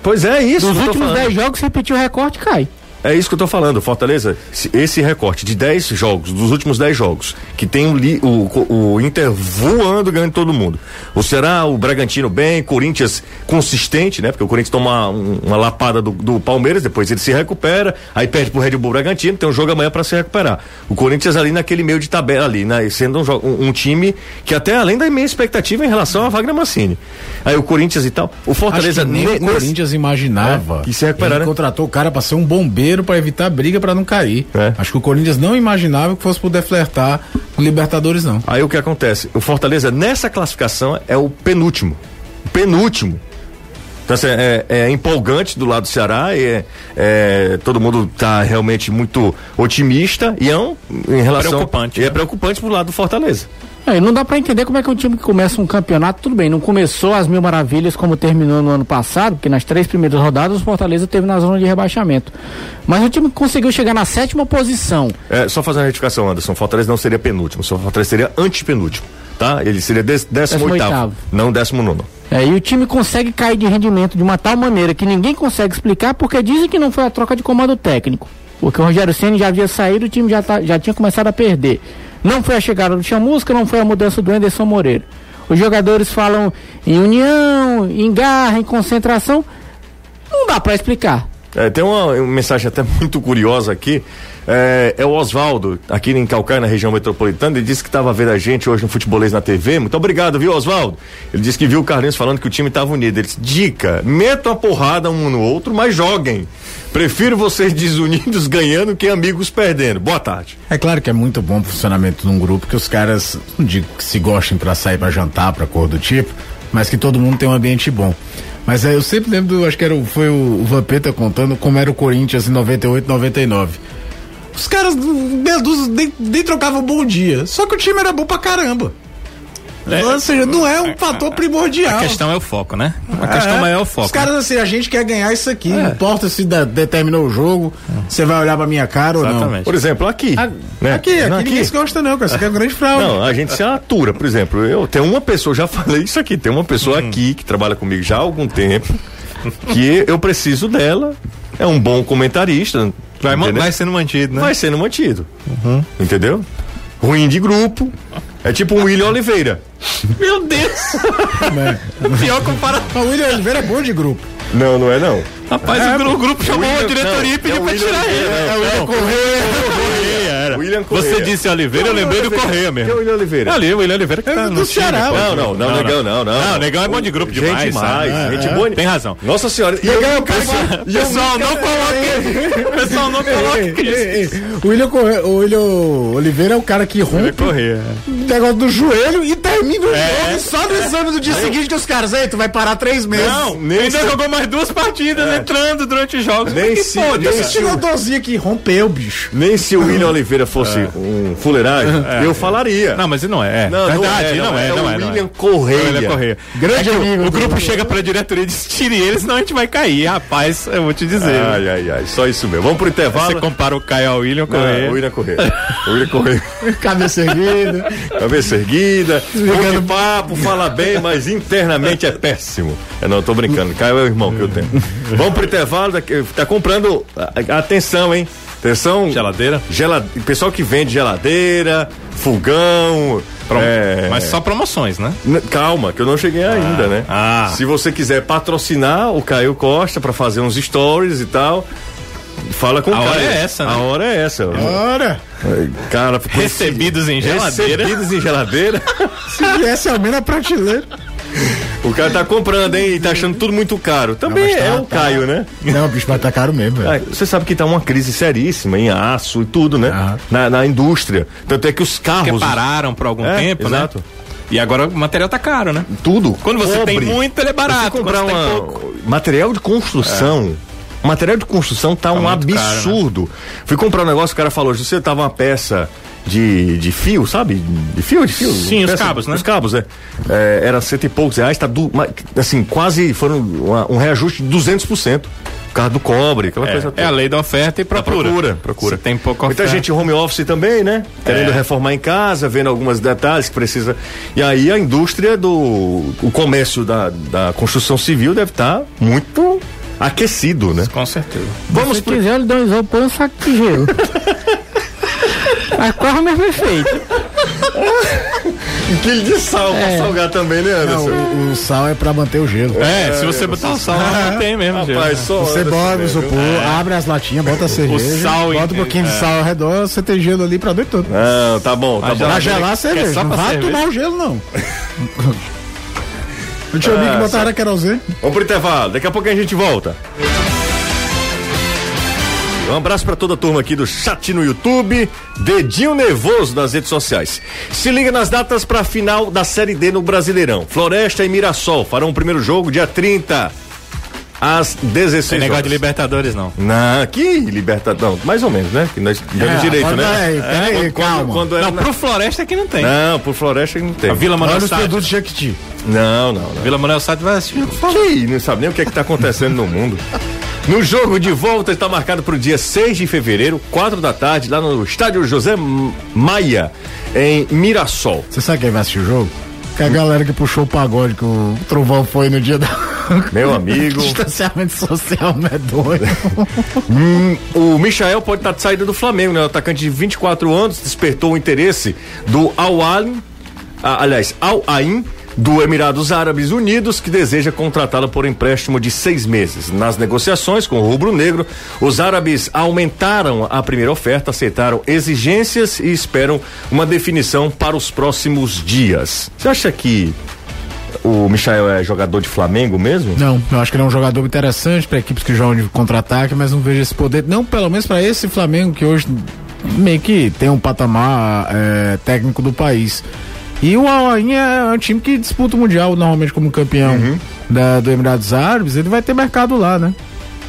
B: Pois é isso que
C: Dos
B: eu tô
C: últimos
B: falando.
C: 10 jogos, se repetir o recorte, cai.
B: É isso que eu tô falando, Fortaleza, se- esse recorte de 10 jogos, dos últimos 10 jogos, que tem o, li- o, co- o Inter voando ganhando todo mundo. O Ceará, o Bragantino bem, Corinthians consistente, né? Porque o Corinthians toma um- uma lapada do, do Palmeiras, depois ele se recupera, aí perde pro Red Bull Bragantino, tem um jogo amanhã para se recuperar. O Corinthians ali naquele meio de tabela ali, né? Sendo um, jo- um- um time que até além da minha expectativa em relação a Wagner Mancini. Aí o Corinthians e tal, o Fortaleza...
E: Acho que nem
B: ne-
E: o
B: nesse-
E: Corinthians imaginava
B: É, que se recuperar,
E: ele
B: né?
E: contratou o cara pra ser um bombeiro pra evitar briga pra não cair.
B: É.
E: Acho que o Corinthians não imaginava que fosse poder flertar com Libertadores não.
B: Aí o que acontece? O Fortaleza, nessa classificação, é o penúltimo. O penúltimo. Então, assim, é, é empolgante do lado do Ceará, é, é- todo mundo tá realmente muito otimista e é um, em relação.
D: Preocupante,
B: E é
D: né?
B: preocupante pro lado do Fortaleza.
C: Aí não dá pra entender como é que um time que começa um campeonato, tudo bem, não começou as mil maravilhas como terminou no ano passado, porque nas três primeiras rodadas o Fortaleza teve na zona de rebaixamento. Mas o time que conseguiu chegar na sétima posição.
B: É, só fazer uma retificação, Anderson. Fortaleza não seria penúltimo, só Fortaleza seria antepenúltimo. Tá? Ele seria des, décimo,
C: Décimo
B: oitavo,
C: oitavo.
B: não décimo nono.
C: É, e o time consegue cair de rendimento de uma tal maneira que ninguém consegue explicar porque dizem que não foi a troca de comando técnico. Porque o Rogério Ceni já havia saído, o time já, tá- já tinha começado a perder. Não foi a chegada do Chamusca, não foi a mudança do Anderson Moreira. Os jogadores falam em união, em garra, em concentração. Não dá pra explicar.
B: É, tem uma, uma mensagem até muito curiosa aqui É, é o Oswaldo, aqui em Calcaia, na região metropolitana. Ele disse que estava vendo a gente hoje no Futebolês na TV. Muito obrigado, viu, Oswaldo? Ele disse que viu o Carlinhos falando que o time estava unido. Ele disse: dica, metam a porrada um no outro, mas joguem. Prefiro vocês desunidos ganhando que amigos perdendo. Boa tarde.
E: É claro que é muito bom o funcionamento de um grupo que os caras não digo que se gostem pra sair pra jantar, pra cor do tipo, mas que todo mundo tem um ambiente bom. Mas é, eu sempre lembro, do- acho que era, o- foi o, o Vampeta contando como era o Corinthians em 98, 99. Os caras, meia dúzia, nem, nem trocavam bom dia. Só que o time era bom pra caramba.
D: É,
E: Ou seja, não é um fator primordial.
D: A questão é o foco, né? A questão
E: É.
D: maior é o foco. É.
E: Os caras, assim, a gente quer ganhar isso aqui. Não importa se da- determinou o jogo, você vai olhar pra minha cara
D: Exatamente.
B: Por exemplo, aqui.
E: ou não.
B: né?
E: Aqui, aqui,
B: Não,
E: ninguém se gosta, não, cara. Isso aqui é um grande fraude.
B: Não, a gente se atura, por exemplo. Eu tenho uma pessoa, já falei isso aqui, tem uma pessoa
D: Hum.
B: aqui que trabalha comigo já há algum tempo, que eu preciso dela, é um bom comentarista.
D: Vai, man-
B: entendeu?
D: vai Uhum. sendo mantido, né?
B: Vai sendo mantido. Entendeu? Ruim de grupo. É tipo um William Oliveira.
D: Meu Deus! Pior comparação.
E: O William Oliveira é bom de grupo.
B: Não, não é não.
D: Rapaz, o gru- o grupo chamou
B: William-
D: a diretoria e
B: não, é
D: pediu
B: o
D: pra
B: William
D: tirar ele.
B: Oliveira, é,
D: o William Correia. era.
B: William Correia.
D: Você disse Oliveira, eu lembrei do Correia
B: Que é o
D: mesmo.
B: William Oliveira.
D: Ali, o William Oliveira que
E: É
D: tá
E: do
D: no time,
E: Ceará,
D: pô.
B: Não, não, não, Negão, não, não.
D: Não, Negão é bom de grupo
B: Gente
D: demais,
B: demais,
D: sabe?
B: gente
D: É.
B: boa.
D: Tem razão.
B: Nossa senhora. E
E: Negão é o cara
B: pessoal, e eu
D: Pessoal, não coloque. Pessoal, não coloque. que isso-
E: Ei, ei, O William, Corre- o William Oliveira é o cara que rompe
D: Correia.
E: o negócio do joelho e termina o
D: É.
E: jogo só no exame do dia seguinte que os caras, ei, tu vai parar três meses.
D: Não,
B: Nem
D: ainda
B: sei.
D: jogou mais duas partidas entrando durante os jogos.
B: Nem
D: Como é que
B: se-
D: pode,
B: nem
D: cara?
E: Esse tiradorzinho que rompeu, bicho.
B: Nem se o William Oliveira fosse um fuleiragem, eu falaria.
D: É. Não, mas ele não é. é.
B: Não, não
D: Verdade,
B: é,
D: ele
B: não
D: não é,
B: é,
D: não
B: é
D: é.
B: o
D: não é.
B: William Correia.
D: William Correia.
E: Grande
D: É que o-
E: amigo
D: O
E: do
D: grupo
E: William.
D: chega pra diretoria e diz: tire ele, senão a gente vai cair. Rapaz, eu vou te dizer.
B: Ai, ai, ai, só isso mesmo. Vamos pro intervalo.
D: Você compara o Caio ao William
B: Ah,
D: Correia.
B: o William Correia. O William Correia.
E: Cabeça erguida.
B: Cabeça erguida, bom de papo, fala bem, mas internamente é péssimo. Eu não tô brincando, Caio é o irmão que eu tenho. Vamos pro intervalo, daqui- tá comprando. a- a- Atenção, hein? Atenção.
D: Geladeira?
B: Gela- Pessoal que vende geladeira, fogão.
D: Pronto.
B: é,
D: Mas só promoções, né?
B: N- Calma, que eu não cheguei ainda, né?
D: ah.
B: Se você quiser patrocinar o Caio Costa pra fazer uns stories e tal, fala com
D: A
B: o Caio.
D: hora é essa, né?
B: A hora é essa.
E: Ora,
B: Cara, por-
D: Recebidos em geladeira.
B: Recebidos em geladeira.
E: se viesse ao menos a prateleira.
B: O cara tá comprando, hein? E tá achando tudo muito caro. Também
E: Não, mas tá-
B: é o
E: tá-
B: Caio, né?
E: Não, bicho, mas tá caro mesmo,
D: É.
E: velho.
B: Ah, Você sabe que tá uma crise seríssima em aço e tudo, né?
D: Ah.
E: Aham.
B: Na, na indústria. Tanto é que os
D: Porque
B: carros.
D: pararam por algum
B: É,
D: tempo,
B: exato.
D: né? E agora o material tá caro, né?
B: Tudo.
D: Quando você tem
B: cobre.
D: muito, ele
B: Você
D: é barato.
B: comprar
D: Quando você tem
B: uma-
D: pouco.
B: material de construção. Material de construção tá, um
D: É. muito caro, né?
B: absurdo. Fui comprar um negócio, o cara falou, você tava uma peça de, de fio, sabe? De fio, de fio.
D: Sim, os
B: Peça-
D: cabos, né?
B: Os cabos, é. é era cento e poucos reais, tá du- ma- assim, quase foram uma- um reajuste de 200%. Por causa do cobre, aquela coisa
D: É, é a lei da oferta e procura.
B: Procura, procura.
D: Se tem pouca
B: Muita
D: oferta. É.
B: gente home office também, né? Querendo reformar em casa, vendo algumas detalhes que precisa. E aí a indústria do. O comércio da, da construção civil deve estar muito aquecido, né?
D: Com certeza.
B: Vamos
C: Se
B: pro.
C: quiser, ele dá um isol, põe um saco de gelo. Mas quase o mesmo efeito.
B: Aquele de sal pra salgar também, né,
E: Não,
B: Anderson?
E: o, o sal é pra manter o gelo.
D: É, se você botar o sal lá, não tem mesmo,
B: Rapaz,
D: gente.
B: só.
E: Você
B: Anderson,
E: bota
B: né,
E: o
B: viu?
E: isopor, abre as latinhas, bota a cerveja,
D: sal
E: bota um
D: em-
E: pouquinho de sal ao redor, você tem gelo ali pra dentro todo.
B: Não, tá bom, tá
D: Mas
B: bom.
E: Pra
D: já-
E: gelar a
D: que é
E: cerveja,
D: só
E: não
D: pra
E: vai
D: cerveja.
E: tomar o gelo não. Eu tinha
B: Ah,
E: ouvido que botaram na querosene.
B: Vamos pro intervalo, daqui a pouco a gente volta. Um abraço pra toda a turma aqui do chat no YouTube, Dedinho Nervoso nas redes sociais. Se liga nas datas pra final da Série D no Brasileirão. Floresta e Mirassol farão o primeiro jogo dia 30 às 16
D: Tem
B: horas.
D: negócio de Libertadores, não.
B: Não, que Libertadão, mais ou menos, né? Que nós temos
E: É,
B: direito,
E: agora
B: né?
E: vai, peraí,
B: quando-
E: calma.
B: Quando, era
D: Não,
B: na-
D: pro Floresta aqui não tem.
B: Não, por Floresta não tem.
D: A Vila Manuel
E: Olha os
D: Sade.
E: produtos de Jequiti.
B: Não, não, não.
D: Vila Manuel Sade vai assistir.
B: Ih, não sabe nem o que é está acontecendo no mundo. No jogo de volta está marcado para o dia 6 de fevereiro, 4 da tarde, lá no estádio José M- Maia, em Mirassol.
E: Você sabe quem vai assistir o jogo? Que a galera que puxou o pagode que o Trovão foi no dia da...
B: Meu amigo,
E: Distanciamento social né? medonho.
B: o Michael pode estar de saída do Flamengo, né? O atacante de 24 anos despertou o interesse do Al Ahly, ah, aliás, Al Ain do Emirados Árabes Unidos, que deseja contratá-lo por empréstimo de seis meses. Nas negociações com o Rubro Negro, os árabes aumentaram a primeira oferta, aceitaram exigências e esperam uma definição para os próximos dias. Você acha que o Michael é jogador de Flamengo mesmo?
E: Não, eu acho que ele é um jogador interessante para equipes que jogam de contra-ataque, mas não vejo esse poder, não pelo menos para esse Flamengo que hoje meio que tem um patamar é, técnico do país. E o Al Ain é um time que disputa o Mundial normalmente como campeão
B: Uhum.
E: da, do Emirados Árabes, ele vai ter mercado lá, né?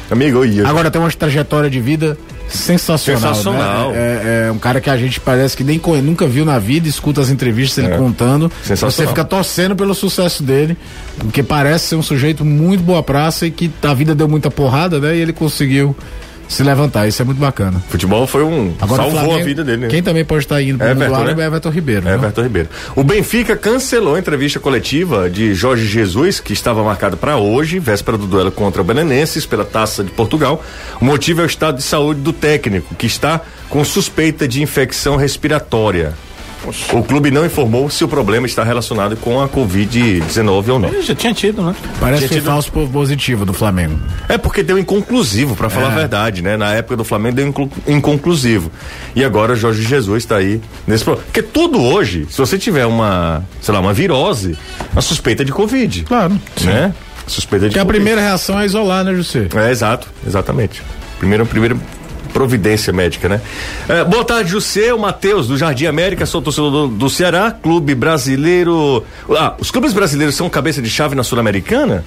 B: Amigo, eu ia.
E: Agora tem uma trajetória de vida sensacional.
B: Sensacional.
E: né? É, é um cara que a gente parece que nem conhe- nunca viu na vida, escuta as entrevistas ele
B: É.
E: contando. Então
B: Sensacional.
E: Você fica torcendo pelo sucesso dele, porque parece ser um sujeito muito boa praça e que a vida deu muita porrada, né? E ele conseguiu se levantar. Isso é muito bacana.
B: Futebol foi um.
E: Agora, o
B: salvou
E: Flamengo,
B: a vida dele, né?
E: Quem também pode estar indo pro
B: Everton,
E: mundo árabe
B: né?
E: é Everton Ribeiro. né?
B: Everton Ribeiro. O Benfica cancelou a entrevista coletiva de Jorge Jesus, que estava marcada para hoje, véspera do duelo contra o Belenenses pela Taça de Portugal. O motivo é o estado de saúde do técnico, que está com suspeita de infecção respiratória. O clube não informou se o problema está relacionado com a Covid-19 ou não.
D: Ele já tinha tido, né?
E: Parece
B: Gente,
E: que falso positivo do Flamengo.
B: É porque deu inconclusivo, pra
E: É.
B: falar a verdade, né? Na época do Flamengo deu inclu- inconclusivo. E agora Jorge Jesus tá aí nesse problema. Porque tudo hoje, se você tiver uma, sei lá, uma virose, uma suspeita de Covid.
E: Claro.
B: Né? Suspeita de
E: Que a
B: Covid.
E: primeira reação é isolar, né, José?
B: É, exato, exatamente. Primeiro, primeiro providência médica, né? É, boa tarde, José, o Matheus, do Jardim América, sou torcedor do, do Ceará, clube brasileiro. Ah, os clubes brasileiros são cabeça de chave na Sul-Americana?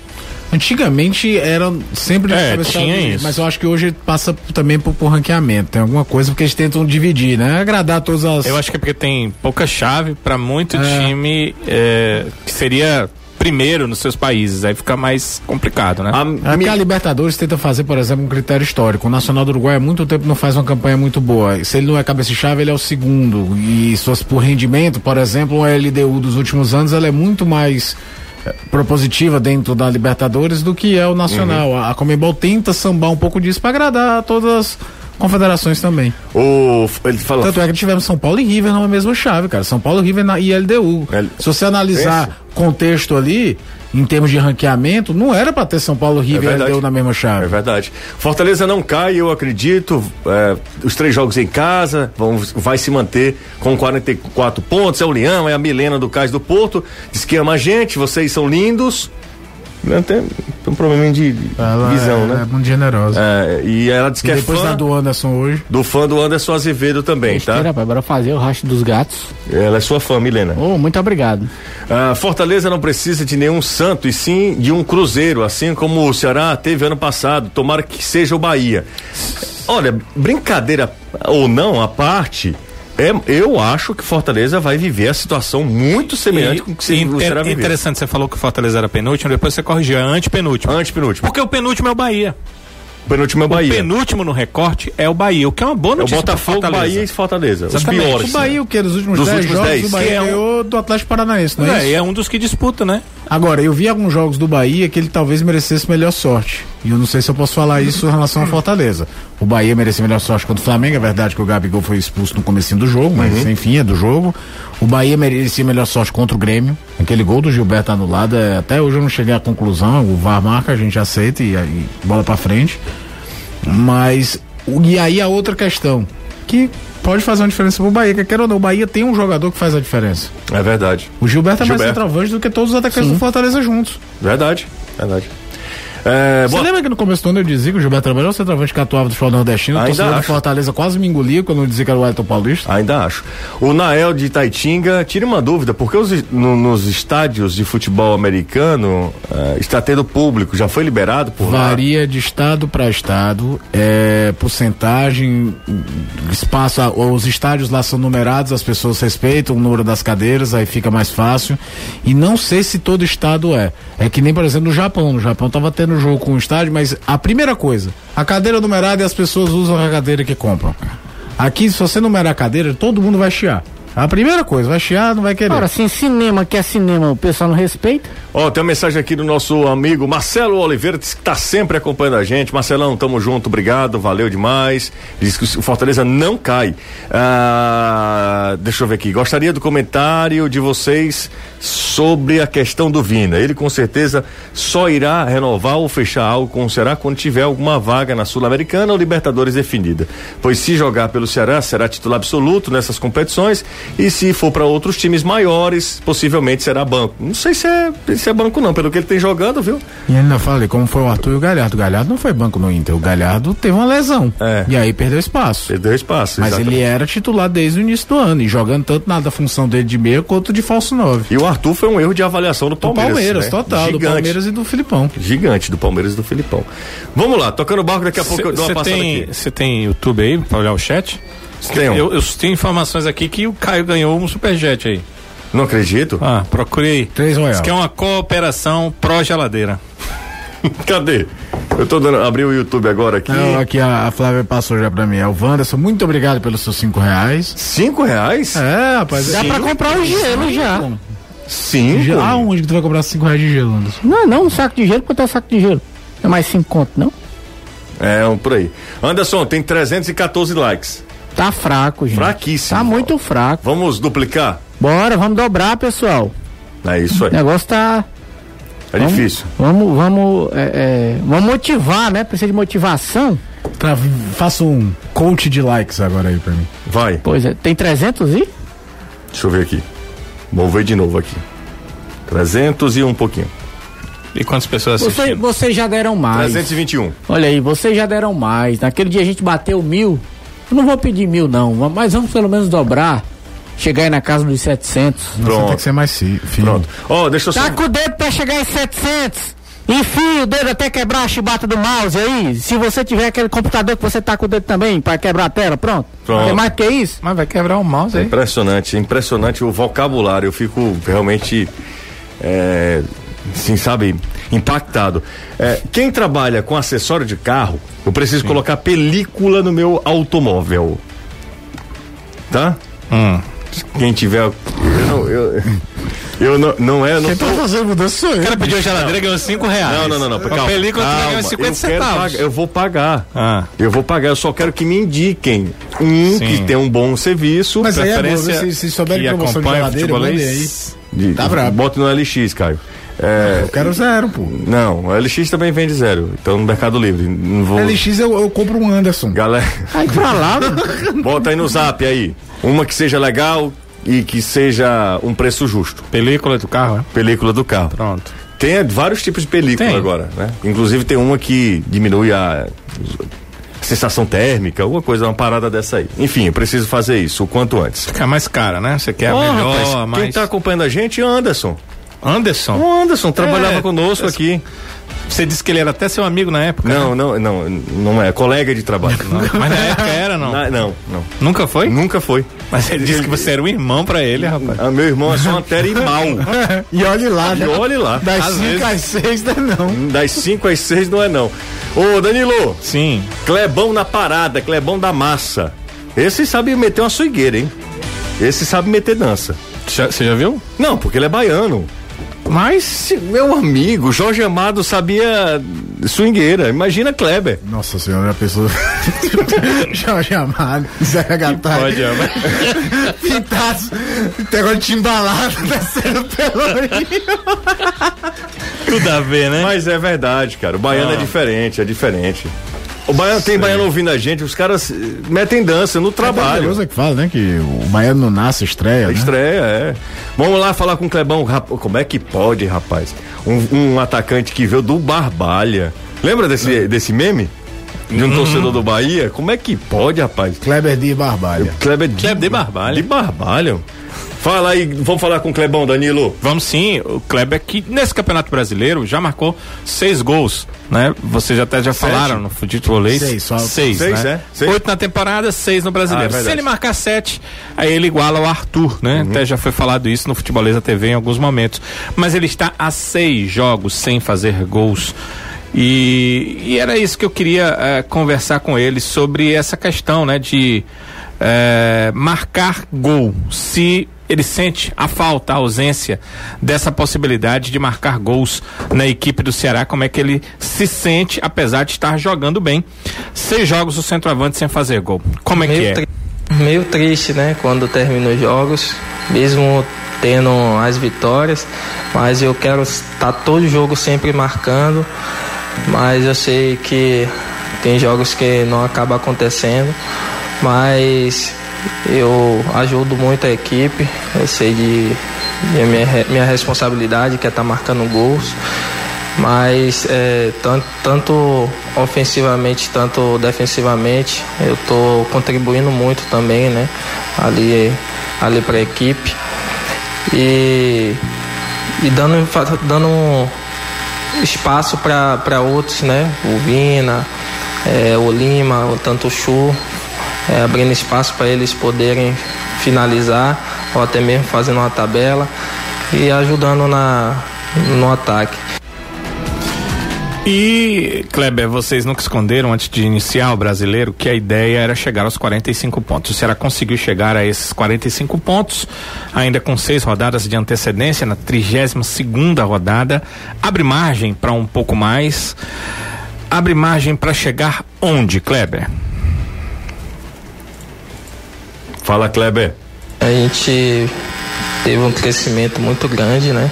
E: Antigamente era sempre
D: É,
E: atravessado,
D: tinha isso.
E: mas eu acho que hoje passa p- também por, por ranqueamento. Tem alguma coisa porque eles tentam dividir, né? Agradar todas as.
D: Eu acho que é porque tem pouca chave pra muito
E: É.
D: time é, que seria primeiro nos seus países. Aí fica mais complicado, né?
B: A,
E: É porque
B: mi-
E: a Libertadores tenta fazer, por exemplo, um critério histórico. O Nacional do Uruguai há muito tempo não faz uma campanha muito boa. E Se ele não é cabeça-chave, ele é o segundo. E se fosse por rendimento, por exemplo, a LDU dos últimos anos, ela é muito mais eh, propositiva dentro da Libertadores do que é o Nacional.
D: Uhum.
E: A, a Comembol tenta sambar um pouco disso para agradar todas as confederações também.
B: o, ele fala,
E: Tanto é que tivemos São Paulo e River numa mesma chave, cara. São Paulo, River na, e LDU.
B: L-
E: Se você analisar
B: Pense.
E: contexto ali, em termos de ranqueamento, não era pra ter São Paulo, River e
B: É verdade.
E: LDU na mesma
B: É
E: chave.
B: verdade. Fortaleza não cai, eu acredito. É, os três jogos em casa vão, vai se manter com 44 pontos. É o Leão, é a Milena do Cais do Porto. Diz que ama a gente, vocês são lindos. Não tem, tem um problema de de visão, né?
E: é muito generosa.
B: É, e ela diz que é
E: Depois da
B: fã do...
E: do Anderson hoje.
B: fã do Anderson Azevedo também,
C: Besteira,
B: tá?
C: rapaz, bora fazer o rasto dos gatos.
B: Ela é sua fã, Milena.
C: Oh, muito obrigado.
B: Ah, Fortaleza não precisa de nenhum santo, e sim de um cruzeiro, assim como o Ceará teve ano passado. Tomara que seja o Bahia. Olha, brincadeira ou não, à parte. é- eu acho que Fortaleza vai viver a situação muito semelhante com o que se,
D: E
B: o
D: inter-
B: Ceará viveu.
D: interessante, você falou que o Fortaleza era penúltimo, depois você corrigiu, é
B: Ah.
D: antepenúltimo.
B: Antepenúltimo.
D: Porque o penúltimo é o Bahia.
B: Penúltimo é
D: O
B: Bahia.
D: penúltimo no recorte é o Bahia, o que é uma boa
B: É o
D: notícia. pro
B: Botafogo,
D: Fortaleza.
B: Bahia e Fortaleza. Os
D: Exatamente.
B: piores. né?
E: O Bahia, o que? Nos últimos
B: Dos
E: 10
B: últimos
E: jogos,
B: 10.
E: o Bahia
D: Que é um-
E: ganhou do Atlético Paranaense, não é,
D: É,
E: isso?
D: e é um dos que disputa, né?
E: Agora, eu vi alguns jogos do Bahia que ele talvez merecesse melhor sorte. E eu não sei se eu posso falar isso em relação ao Fortaleza. O Bahia merecia melhor sorte contra o Flamengo. É verdade que o Gabigol foi expulso no comecinho do jogo, mas enfim, é do jogo. O Bahia merecia melhor sorte contra o Grêmio. Aquele gol do Gilberto anulado, é- até hoje eu não cheguei à conclusão. O VAR marca, a gente aceita e, aí bola pra frente. Mas, o- e aí a outra questão, que pode fazer uma diferença pro Bahia. Que quer ou não, o Bahia tem um jogador que faz a diferença.
B: É verdade.
E: O Gilberto é mais
B: Gilberto.
E: centroavante do que todos os atacantes do Fortaleza juntos.
B: Verdade. Verdade. É,
E: Você
B: boa-
E: lembra que no começo do ano eu dizia que o Gilberto Trabalho era o centroavante que atuava do futebol nordestino? O
B: Ainda
E: torcedor do
B: acho.
E: Fortaleza quase me engolia quando eu dizia que era o Elton Paulista.
B: Ainda acho. O Nael de Itaitinga, tira uma dúvida, porque nos estádios de futebol americano eh, está tendo público, já foi liberado por lá?
E: Varia de estado para estado, é, porcentagem, espaço, ah, os estádios lá são numerados, as pessoas respeitam o número das cadeiras, aí fica mais fácil. E não sei se todo estado é. É que nem, por exemplo, no Japão. No Japão tava tendo jogo com o estádio, mas a primeira coisa, a cadeira numerada e as pessoas usam a cadeira que compram. Aqui, se você numerar a cadeira, todo mundo vai chiar. A primeira coisa, vai chiar, não vai querer.
C: Agora, assim, cinema que é cinema, o pessoal não respeita.
B: Ó, tem uma mensagem aqui do nosso amigo Marcelo Oliveira, diz que tá sempre acompanhando a gente. Marcelão, tamo junto, obrigado, valeu demais. Diz que o Fortaleza não cai. Ah, deixa eu ver aqui. Gostaria do comentário de vocês sobre a questão do Vina. Ele com certeza só irá renovar ou fechar algo com o Ceará quando tiver alguma vaga na Sul-Americana ou Libertadores definida. Pois se jogar pelo Ceará, será titular absoluto nessas competições e se for para outros times maiores, possivelmente será banco. Não sei se é, se é banco não, pelo que ele tem jogando, viu?
E: E ainda falei como foi o Arthur e o Galhardo. O Galhardo não foi banco no Inter. O Galhardo teve uma lesão.
B: É.
E: E aí perdeu espaço.
B: Perdeu espaço.
E: Mas
B: exatamente.
E: ele era titular desde o início do ano e jogando tanto na da função dele de meia quanto de falso nove.
B: E o Arthur foi um erro de avaliação do
E: Do
B: Palmeiras.
E: Palmeiras,
B: né?
E: total.
B: Gigante.
E: Do Palmeiras e do Filipão.
B: Gigante do Palmeiras e do Filipão. Vamos lá, tocando o barco, daqui a pouco eu dou uma
D: Você
B: passada
D: tem,
B: aqui.
D: cê tem YouTube aí pra olhar o chat?
B: Tem um.
D: Eu, eu tenho informações aqui que o Caio ganhou um superjet aí.
B: Não acredito?
D: Ah, procurei.
E: Três
B: um,
E: Royal.
D: Isso que é uma cooperação pró-geladeira.
B: Cadê? Eu tô dando. Abri o YouTube agora aqui.
E: Ah. Não, aqui a, a Flávia passou já pra mim. É o Wanderson, muito obrigado pelos seus cinco reais.
B: Cinco reais?
E: É, rapaz.
C: Dá
E: é-
C: pra comprar o gelo já.
B: Cinco?
E: Gelo- Aonde que tu vai comprar cinco reais de gelo, Anderson?
C: Não, não, um saco de gelo, quanto é um saco de gelo? É mais cinco conto, não?
B: É, um por aí. Anderson, tem 314 likes.
C: Tá fraco, gente.
B: Fraquíssimo.
C: Tá muito fraco.
B: Vamos duplicar?
C: Bora, vamos dobrar, pessoal.
B: É isso aí.
C: O negócio tá.
B: É
C: vamos-
B: difícil.
C: Vamos, vamos, é, é, vamos motivar, né? Precisa de motivação.
E: Tra- Faça um coach de likes agora aí pra mim.
B: Vai.
C: Pois é, tem 300 e?
B: Deixa eu ver aqui. Vou ver de novo aqui. 300 e um pouquinho.
D: E quantas pessoas
C: Você,
D: assistindo?
C: vocês já deram mais.
B: 321.
C: Olha aí, vocês já deram mais. Naquele dia a gente bateu mil. Eu não vou pedir mil, não, mas vamos pelo menos dobrar. Chegar aí na casa dos 700.
E: Você
B: Pronto.
E: tem que ser mais fi- fino.
B: Pronto. Ó, deixa eu só.
C: Tá com o dedo pra chegar em 700. Enfia o dedo até quebrar a chibata do mouse aí. Se você tiver aquele computador que você tá com o dedo também, pra quebrar a tela, pronto.
B: Pronto.
C: Tem mais do que isso?
D: Mas vai quebrar o mouse aí.
B: É Impressionante, impressionante o vocabulário. Eu fico realmente, é, assim, sabe, impactado. É, quem trabalha com acessório de carro, eu preciso colocar película no meu automóvel. Tá?
E: Hum.
B: Quem tiver. Eu não. Eu, eu não, não é. eu Não,
E: Quem tá fazendo mudança sou eu.
D: O cara pediu geladeira ganhou 5 reais.
B: não, não, não. não
D: Com
B: calma,
D: a película tu
B: calma,
D: ganhou 50
B: eu quero
D: centavos.
B: pagar, eu vou pagar.
D: Ah.
B: Eu vou pagar, eu só quero que me indiquem um
D: Sim.
B: que tem um bom serviço.
E: Mas aí é bom,
D: Preferência
E: se, se souberem
D: que
E: promoção de
D: acompanha o
E: geladeira, mandem aí.
D: futebolês.
B: De,
E: Tá brabo.
B: Bota no LX, Caio. É,
E: Eu quero zero, pô.
B: não, o LX também vende zero. Então no Mercado Livre. Não vou.
E: LX eu, eu compro um Anderson.
B: Galera,
C: Aí pra lá, né? mano.
B: bota aí no zap aí. Uma que seja legal e que seja um preço justo.
D: Película do carro, né?
B: Película do carro.
D: Pronto.
B: Tem vários tipos de película
D: Tem.
B: agora, né? Inclusive tem uma que diminui a sensação térmica, alguma coisa, uma parada dessa aí. Enfim, eu preciso fazer isso o quanto antes.
D: Fica mais cara, né? Você quer a
B: Ó,
D: melhor,
B: rapaz,
D: a mais...
B: Quem tá acompanhando a gente é o Anderson.
D: Anderson,
B: O Anderson trabalhava conosco
D: esse-
B: aqui.
D: você disse que ele era até seu amigo na época.
B: Não, não, não, não é. Colega de trabalho.
D: Mas na época era, não.
B: Na- não, não.
D: Nunca foi?
B: Nunca foi.
D: Mas ele disse que você era um irmão pra ele, rapaz.
B: Ah, meu irmão é só uma tera e mal.
E: E olhe lá,
B: E
E: né?
B: olhe lá.
E: Das
D: Às
E: 5
D: vezes.
E: às 6 não. é não.
B: Das 5 às 6 não é não. Ô, Danilo,
D: Sim.
B: Clebão na parada, Clebão da massa. Esse sabe meter uma suigueira, hein? Esse sabe meter dança.
D: Já- Você já viu?
B: Não, porque ele é baiano. Mas, se- meu amigo, Jorge Amado sabia swingueira. Imagina Kleber.
E: Nossa senhora, a pessoa. Jorge Amado, Zé Gatari.
D: Pode, é. ó,
B: é,
D: mas-
E: Pintados. Até agora timbalado, descendo pelo.
D: tudo a ver, né?
B: Mas é verdade, cara. O baiano
D: Ah.
B: é diferente, é diferente. O baiano tem baiano ouvindo a gente, os caras eh, metem dança no trabalho.
E: É que fala, né? Que o baiano não nasce, estreia. Né?
B: Estreia, é. Vamos lá falar com o Clebão. Rap- Como é que pode, rapaz? Um, um atacante que veio do Barbalha. Lembra desse, desse meme? De um torcedor do Bahia? Como é que pode, rapaz?
E: Kleber de Barbalha.
B: Kleber de,
D: Kleber de Barbalha.
B: De Barbalha. Fala aí, vamos falar com o Clebão, Danilo.
D: Vamos sim, o Kleber que nesse Campeonato Brasileiro já marcou seis gols, né? Vocês até já falaram no futebolês.
E: Seis, só-
D: Seis,
B: Seis,
D: né?
B: é, seis.
D: Oito na temporada, seis
B: Ah,
D: no
B: é
D: Brasileiro.
B: verdade.
D: Se ele marcar sete, aí ele iguala o Arthur, né? Até já foi falado isso no Futebolês da TV em alguns momentos. Mas ele está a seis jogos sem fazer gols. E, e era isso que eu queria eh, conversar com ele sobre essa questão, né? De é, marcar gol se ele sente a falta, a ausência dessa possibilidade de marcar gols na equipe do Ceará, como é que ele se sente, apesar de estar jogando bem. Seis jogos o centroavante sem fazer gol. Como é que é?
F: meio, tri- meio triste, né? Quando termino os jogos, mesmo tendo as vitórias, mas eu quero estar todo jogo sempre marcando, mas eu sei que tem jogos que não acaba acontecendo, mas eu ajudo muito a equipe, eu sei de, de minha, re- minha responsabilidade que é estar marcando gols mas é, tan- tanto, ofensivamente, tanto defensivamente, eu estou contribuindo muito também, né? Ali, ali para a equipe e, e dando, fa- dando espaço para outros, né? O Vina, é, o Lima, o Tanto Chu, é, abrindo espaço para eles poderem finalizar ou até mesmo fazendo uma tabela e ajudando na, no ataque.
D: E, Kleber, vocês nunca esconderam antes de iniciar o brasileiro que a ideia era chegar aos 45 pontos. O Ceará conseguiu chegar a esses 45 pontos, ainda com seis rodadas de antecedência, na 32 segunda rodada. Abre margem para um pouco mais. Abre margem para chegar onde, Kleber?
B: Fala, Kleber.
F: A gente teve um crescimento muito grande, né?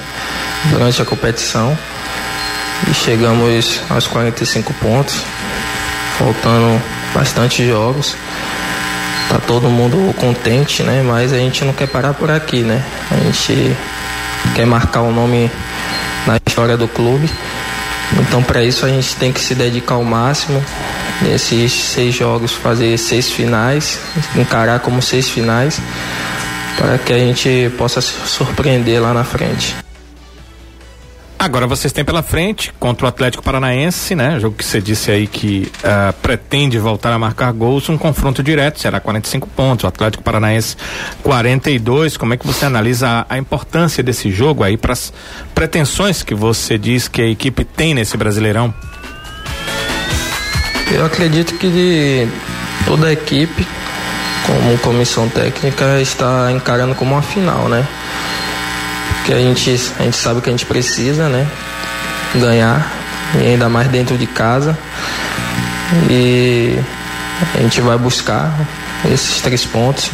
F: Durante a competição. E chegamos aos 45 pontos. Faltando bastante jogos. Tá todo mundo contente, né? Mas a gente não quer parar por aqui, né? A gente quer marcar o nome na história do clube. Então, para isso, a gente tem que se dedicar ao máximo. Nesses seis jogos, fazer seis finais, encarar como seis finais, para que a gente possa se surpreender lá na frente.
D: Agora vocês têm pela frente contra o Atlético Paranaense, né? Jogo que você disse aí que ah, pretende voltar a marcar gols, um confronto direto, será 45 pontos, o Atlético Paranaense 42. Como é que você analisa a, a importância desse jogo aí para as pretensões que você diz que a equipe tem nesse Brasileirão?
F: Eu acredito que de toda a equipe, como comissão técnica, está encarando como uma final, né? Porque a gente, a gente sabe que a gente precisa, né? Ganhar, e ainda mais dentro de casa. E a gente vai buscar esses três pontos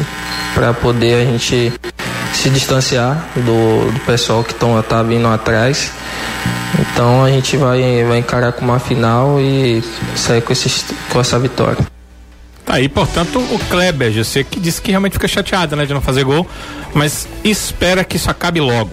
F: para poder a gente se distanciar do, do pessoal que tão, tá vindo atrás. Então a gente vai, vai encarar com uma final e sair com, esses, com essa vitória.
D: Tá aí, portanto, o Kleber, você que disse que realmente fica chateado, né, de não fazer gol, mas espera que isso acabe logo.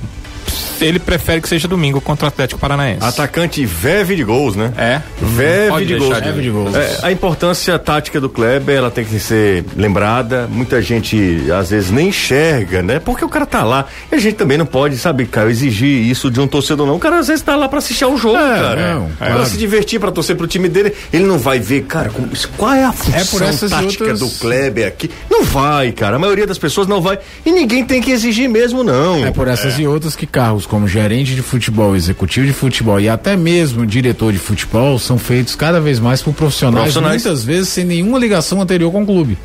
D: Ele prefere que seja domingo contra o Atlético
B: Ah,
D: Paranaense.
B: Atacante veve de gols, né?
D: É.
B: Veve
D: Pode
B: de,
D: deixar
B: gols.
D: de- Veve de gols.
B: É, a importância tática do Kleber, ela tem que ser lembrada. Muita gente, às vezes, nem enxerga, né? Porque o cara tá lá. E a gente também não pode, sabe, cara, exigir isso de um torcedor, não. O cara, às vezes, tá lá pra assistir ao jogo, cara.
E: É, não,
B: pra
E: claro.
B: se divertir, pra torcer pro time dele. Ele não vai ver, cara, como- qual é a função
E: por essas e
B: tática
E: outras-
B: do Kleber aqui. Não vai, cara. A maioria das pessoas não vai. E ninguém tem que exigir mesmo, não.
E: É por essas e outras que carros como gerente de futebol, executivo de futebol e até mesmo diretor de futebol são feitos cada vez mais por profissionais,
B: Profissionais.
E: muitas vezes sem nenhuma ligação anterior com o clube.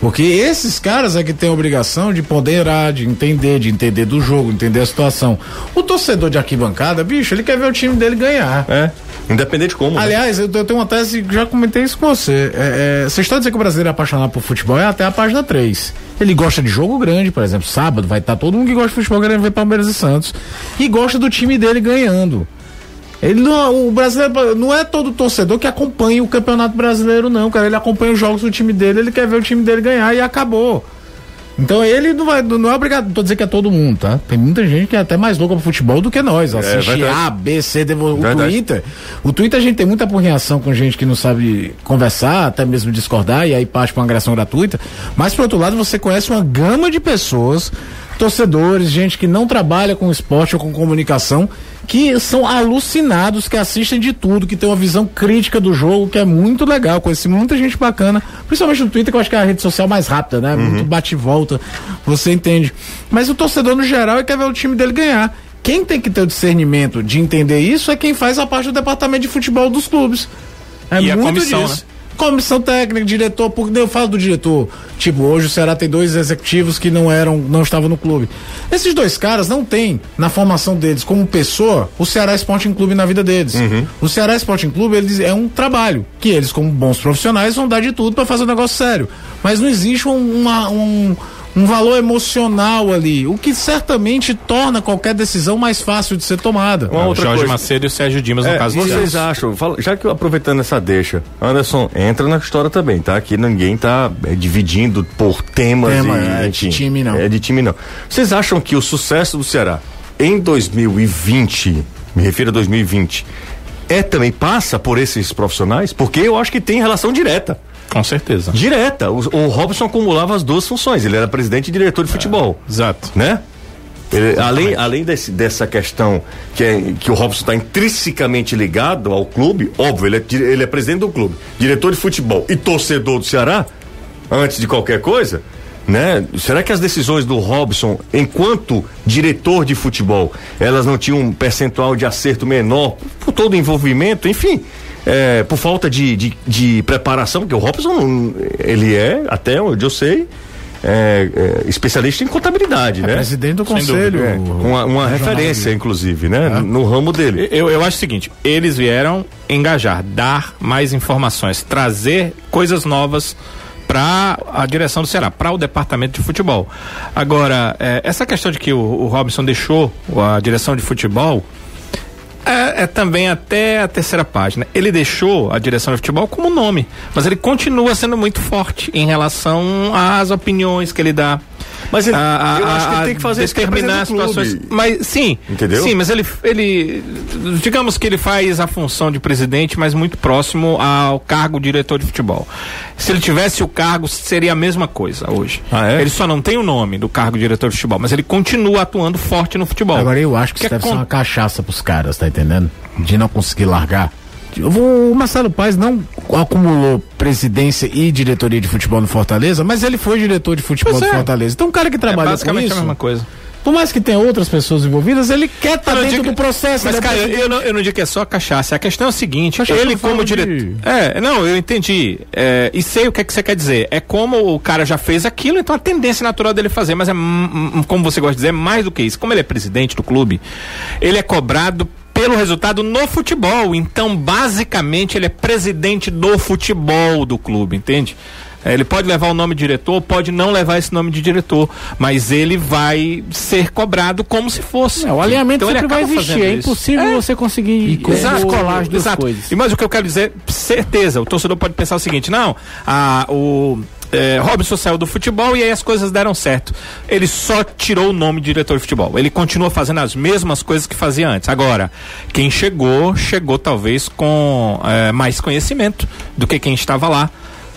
E: Porque esses caras é que têm a obrigação de ponderar, de entender, de entender do jogo, entender a situação. O torcedor de arquibancada, bicho, ele quer ver o time dele ganhar.
B: É. Independente de como. né?
E: Aliás, eu, eu tenho uma tese, que já comentei isso com você. É, é, Vocês estão dizendo que o brasileiro é apaixonado por futebol, é até a página 3. Ele gosta de jogo grande, por exemplo, sábado vai estar todo mundo que gosta de futebol querendo ver Palmeiras e Santos. E gosta do time dele ganhando. Ele não, o brasileiro não é todo torcedor que acompanha o campeonato brasileiro, não, cara. Ele acompanha os jogos do time dele, ele quer ver o time dele ganhar e acabou. Então ele não, vai, não é obrigado, não tô dizendo que é todo mundo, tá? Tem muita gente que é até mais louca pro futebol do que nós. Assiste
B: verdade.
E: A, B, C, devo- o
B: Verdade.
E: Twitter. O Twitter a gente tem muita porreação com gente que não sabe conversar, até mesmo discordar, e aí parte pra uma agressão gratuita. Mas por outro lado, você conhece uma gama de pessoas, torcedores, gente que não trabalha com esporte ou com comunicação, que são alucinados, que assistem de tudo, que tem uma visão crítica do jogo, que é muito legal. Conheci muita gente bacana, principalmente no Twitter, que eu acho que é a rede social mais rápida, né? Muito bate e volta, você entende. Mas o torcedor, no geral, é quer ver o time dele ganhar. Quem tem que ter o discernimento de entender isso é quem faz a parte do departamento de futebol dos clubes. É
D: E a
E: muito
D: comissão, né?
E: disso. Comissão técnica, diretor, porque eu falo do diretor. Tipo, hoje o Ceará tem dois executivos que não eram, não estavam no clube. Esses dois caras não têm na formação deles como pessoa o Ceará Sporting Clube na vida deles. O Ceará Sporting Clube eles, é um trabalho que eles, como bons profissionais, vão dar de tudo para fazer um negócio sério. Mas não existe um- uma- um, um valor emocional ali, o que certamente torna qualquer decisão mais fácil de ser tomada.
B: Uma outra
D: Jorge
B: coisa.
D: Macedo e É o Sérgio Dimas, no
B: É,
D: caso do
B: vocês
D: Ceará.
B: acham, fala- já que eu aproveitando essa deixa, Anderson, entra na história também, tá? Aqui ninguém tá é, dividindo por temas
E: Tema,
B: e,
E: é, de time, não.
B: É de time não. Vocês acham que o sucesso do Ceará em 2020, me refiro a 2020, é também passa por esses profissionais? Porque eu acho que tem relação direta.
D: Com certeza.
B: Direta. O, o Robson acumulava as duas funções. Ele era presidente e diretor de futebol
E: É,
D: Exato.
B: né? Ele- além além desse- dessa questão que, é- que o Robson está intrinsecamente ligado ao clube, óbvio, ele é, dire- ele é presidente do clube, diretor de futebol e torcedor do Ceará, antes de qualquer coisa, né? Será que as decisões do Robson, enquanto diretor de futebol, elas não tinham um percentual de acerto menor por todo o envolvimento, enfim? é, por falta de, de, de preparação, porque o Robson, não- ele é, até onde eu sei, é, é, especialista em contabilidade, né?
E: Presidente do
B: Sem
E: conselho. É.
B: dúvida, é. Uma, uma referência, inclusive, né? No ramo dele.
D: Eu, eu acho o seguinte: eles vieram engajar, dar mais informações, trazer coisas novas para a direção do Ceará, para o departamento de futebol. Agora, eh, essa questão de que o, o Robson deixou a direção de futebol é, é também até a terceira página. Ele deixou a direção de futebol como nome, mas ele continua sendo muito forte em relação às opiniões que ele dá.
B: Mas ele-
D: a- a-
B: eu acho que ele tem que fazer
D: a
B: isso que é
D: determinar as
B: presidente do
D: situações.
B: clube.
D: Mas sim,
B: Entendeu?
D: sim, mas ele, ele, digamos que ele faz a função de presidente, mas muito próximo ao cargo de diretor de futebol. Se ele tivesse o cargo, seria a mesma coisa hoje.
B: Ah, é?
D: Ele só não tem o nome do cargo de diretor de futebol, mas ele continua atuando forte no futebol.
E: Agora eu acho que isso
D: Que
E: deve ser
D: acon-
E: uma cachaça pros caras, tá entendendo? De não conseguir largar. Eu vou- O Marcelo Paes não acumulou presidência e diretoria de futebol no Fortaleza, mas ele foi diretor de futebol
D: Pois
E: do
D: é.
E: Fortaleza. Então, um cara que
D: é
E: trabalha com
D: basicamente
E: isso,
D: a mesma coisa.
E: por mais que tenha outras pessoas envolvidas, ele quer estar
D: Eu não
E: tá dentro
D: digo-
E: do processo.
D: Mas,
E: ele é
D: cara, eu,
E: presidente.
D: eu não, eu não digo que é só a cachaça. A questão é a seguinte:
E: Cachaça
D: ele,
E: eu falo
D: como
E: de-
D: diretor. É, não, eu entendi. É, e sei o que, é que você quer dizer. É como o cara já fez aquilo, então a tendência natural dele fazer. Mas é, m- m- como você gosta de dizer, é mais do que isso. Como ele é presidente do clube, ele é cobrado pelo resultado no futebol. Então, basicamente, ele é presidente do futebol do clube, entende? É, Ele pode levar o nome de diretor, pode não levar esse nome de diretor, mas ele vai ser cobrado como se fosse.
C: É, o alinhamento
D: Então, ele
C: sempre vai
D: acaba
C: existir.
D: fazendo
C: É
D: isso.
C: impossível você conseguir é,
D: Co- Exato,
C: colar as duas
D: exato.
C: coisas.
D: E mais o que eu quero dizer, certeza, o torcedor pode pensar o seguinte, não, a, o é, Robson saiu do futebol e aí as coisas deram certo. Ele só tirou o nome de diretor de futebol. Ele continua fazendo as mesmas coisas que fazia antes. Agora, quem chegou, chegou talvez com é, mais conhecimento do que quem estava lá.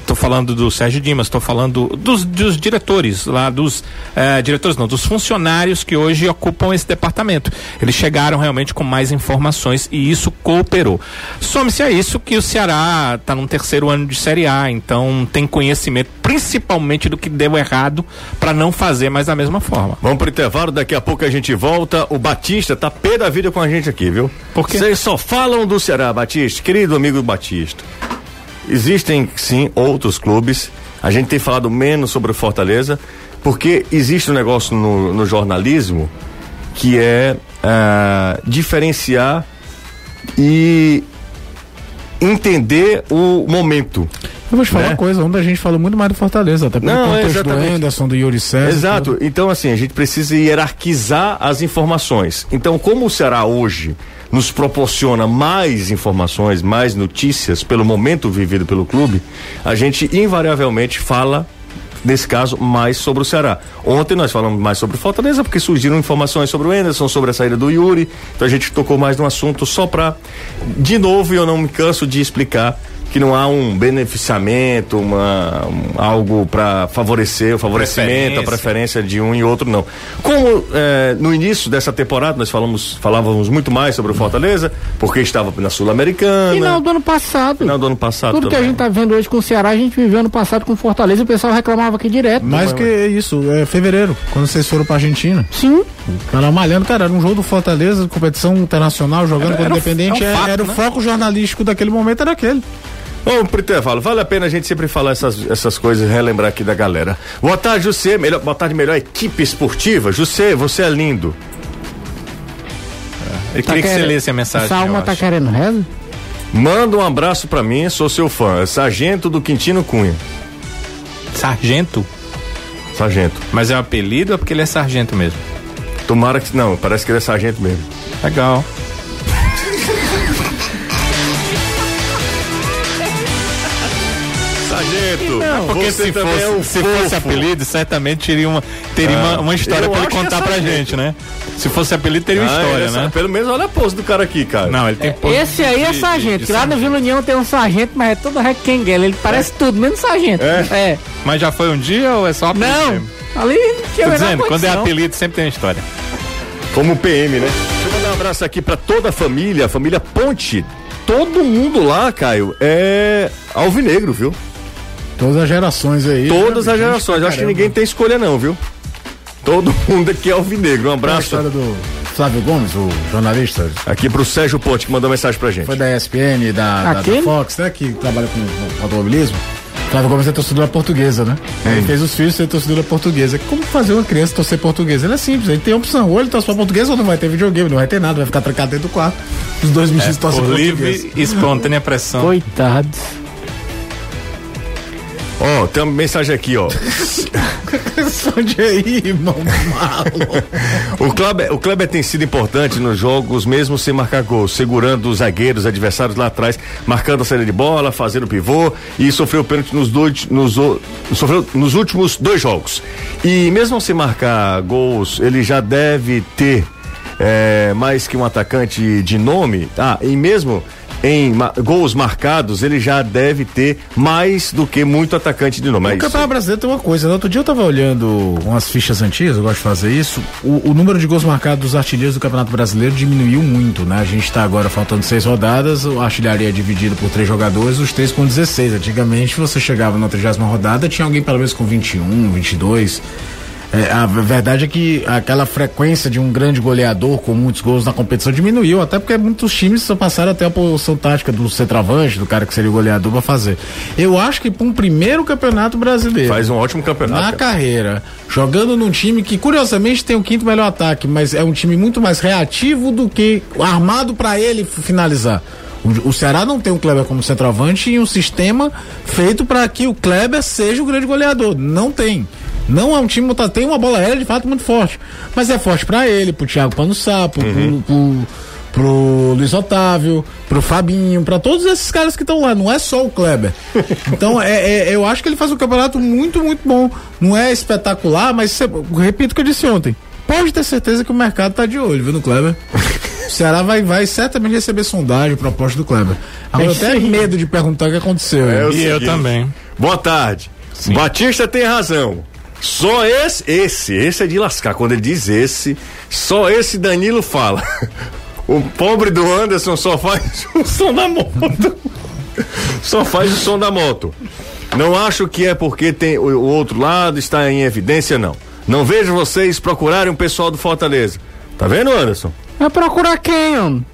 D: Tô falando do Sérgio Dimas, tô falando dos, dos diretores lá, dos eh, diretores não, dos funcionários que hoje ocupam esse departamento. Eles chegaram realmente com mais informações e isso cooperou. Some-se a isso que o Ceará está num terceiro ano de Série A, então tem conhecimento principalmente do que deu errado para não fazer mais da mesma forma.
B: Vamos pro intervalo, daqui a pouco a gente volta. O Batista tá pé da vida com a gente aqui, viu?
D: Por quê?
B: Vocês só falam do Ceará, Batista, querido amigo Batista. Existem sim outros clubes. A gente tem falado menos sobre o Fortaleza, porque existe um negócio no, no jornalismo que é ah, diferenciar e entender o momento.
E: Eu vou te falar
D: É.
B: né?
E: uma coisa, onde a gente falou muito mais do Fortaleza, até pelo
B: Não, é
E: contexto do
B: exatamente.
E: Anderson, do Yuri César.
B: Exato. Então, assim, a gente precisa hierarquizar as informações. Então, como o Ceará hoje nos proporciona mais informações, mais notícias pelo momento vivido pelo clube, a gente invariavelmente fala. Nesse caso, mais sobre o Ceará. Ontem nós falamos mais sobre o Fortaleza, porque surgiram informações sobre o Anderson, sobre a saída do Yuri. Então a gente tocou mais no assunto só para. De novo, e eu não me canso de explicar que não há um beneficiamento, uma, um- algo para favorecer o favorecimento, a
D: Preferência.
B: preferência diferença de um e outro não. Como eh, no início dessa temporada nós falamos, falávamos muito mais sobre o Fortaleza, porque estava na Sul-Americana,
C: Final
B: final,
C: do ano passado.
B: do ano passado
C: Tudo que a
B: também.
C: gente tá vendo hoje com o Ceará, a gente viveu ano passado com o Fortaleza e o pessoal reclamava aqui direto.
E: Mais que isso, é fevereiro, quando vocês foram pra Argentina.
C: Sim.
E: Cara, malhando, cara, era um jogo do Fortaleza, competição internacional, jogando
D: Era-
E: com o
D: era um-
E: Independente,
D: é um
E: era,
D: fato,
E: era o
D: né?
E: foco jornalístico daquele momento, era aquele.
C: tá-
B: Vamos pro intervalo. Vale a pena a gente sempre falar essas, essas coisas, relembrar aqui da galera. Boa tarde, José. Melhor, boa tarde, melhor equipe esportiva. José, você é lindo.
D: Eu
B: Tá
D: queria que você lesse a mensagem.
C: Essa alma
D: eu
C: tá
D: acho.
C: querendo reza?
B: Manda um abraço pra mim, sou seu fã. É Sargento do Quintino Cunha.
D: Sargento?
B: Sargento.
D: Mas é um apelido ou é porque ele é sargento mesmo?
B: Tomara que. Não, parece que ele é sargento mesmo.
D: Legal.
B: Tá, Sargento!
D: Porque se fosse,
B: é um
D: se fosse apelido, certamente teria uma, teria
B: Ah,
D: uma, uma história
B: eu
D: pra ele
B: acho que é
D: contar pra
B: sargento.
D: gente, né? Se fosse apelido, teria uma
B: Ah, ele é
D: história,
B: sar-
D: né?
B: Pelo menos olha a pose do cara aqui, cara.
D: Não, ele tem pose
C: Esse aí é
D: de-
C: sargento.
D: de-
C: que lá no Vila União tem um sargento, mas é todo requenguela. Ele parece tudo, menos sargento.
B: É?
C: É.
D: Mas já foi um dia ou é só apelido?
C: Não,
D: mesmo?
C: ali não tinha
D: Tô
C: a menor
D: dizendo, quando é
C: condição.
D: apelido, sempre tem uma história.
B: Como PM, né? Deixa eu mandar um abraço aqui pra toda a família, a família Ponte. Todo mundo lá, Caio, é alvinegro, viu?
E: Todas as gerações aí.
B: Todas
E: né,
B: as
E: gente?
B: gerações. Eu acho que
E: Caramba.
B: ninguém tem escolha, não, viu? Todo mundo aqui é alvinegro. Um
E: A
B: abraço
E: história do Flávio Gomes, o jornalista,
B: aqui pro Sérgio Ponte, que mandou mensagem pra gente.
E: foi da ESPN, da, da,
C: Aquele?
E: da Fox, né? Que trabalha com com automobilismo. Flávio Gomes é torcedora portuguesa, né? Ele fez os filhos ser torcedora portuguesa. Como fazer uma criança torcer portuguesa? Ele é simples, ele tem opção. Ou ele torce pra portuguesa ou não vai ter videogame, não vai ter nada, vai ficar trancado dentro do quarto. Os dois bichinhos torcem
D: Por
E: portuguesa.
D: É, livre e espontânea pressão.
C: Coitados.
B: Ó, tem uma mensagem aqui, ó.
E: Responde aí, irmão malo.
B: O Kleber, o Kleber tem sido importante nos jogos, mesmo sem marcar gol, segurando os zagueiros, adversários lá atrás, marcando a saída de bola, fazendo o pivô e sofreu pênalti nos, dois, nos, o- sofreu nos últimos dois jogos. E mesmo sem marcar gols, ele já deve ter é, mais que um atacante de nome. Ah, e mesmo em ma- gols marcados, ele já deve ter mais do que muito atacante de nome. É
E: O
B: isso.
E: campeonato brasileiro tem uma coisa, né? Outro dia eu tava olhando umas fichas antigas, eu gosto de fazer isso. O, o número de gols marcados dos artilheiros do Campeonato Brasileiro diminuiu muito, né? A gente tá agora faltando seis rodadas, a artilharia é dividida por três jogadores, os três com 16. Antigamente você chegava na trigésima rodada, tinha alguém pelo menos com 21, 22. É, a verdade é que aquela frequência de um grande goleador com muitos gols na competição diminuiu, até porque muitos times só passaram até a posição tática do centroavante, do cara que seria o goleador, pra fazer. Eu acho que pra um primeiro campeonato brasileiro.
B: Faz um ótimo campeonato.
E: Na
B: cara.
E: carreira, jogando num time que curiosamente tem o quinto melhor ataque, mas é um time muito mais reativo do que armado pra ele f- finalizar. O, o Ceará não tem o Kleber como centroavante e um sistema feito pra que o Kleber seja o grande goleador. Não tem. Não é um time tá, tem uma bola aérea de fato muito forte, mas é forte pra ele, pro Thiago Pano Sapo, pro, pro, pro Luiz Otávio, pro Fabinho, pra todos esses caras que estão lá, não é só o Kleber. Então, é, é- eu acho que ele faz um campeonato muito, muito bom. Não é espetacular, mas cê- repito o que eu disse ontem. Pode ter certeza que o mercado tá de olho, viu, no Kleber. O Ceará vai, vai certamente receber sondagem, proposta do Kleber. Agora eu tenho medo de perguntar o que aconteceu.
B: É
E: hein?
B: o
D: E eu
B: seguinte.
D: também.
B: Boa tarde. Batista tem razão. Só esse, esse, esse é de lascar. Quando ele diz esse, só esse Danilo fala. O pobre do Anderson só faz o som da moto. Só faz o som da moto. Não acho que é porque tem o, o outro lado está em evidência, não. Não vejo vocês procurarem o pessoal do Fortaleza. Tá vendo, Anderson?
C: Vai procurar quem, homem?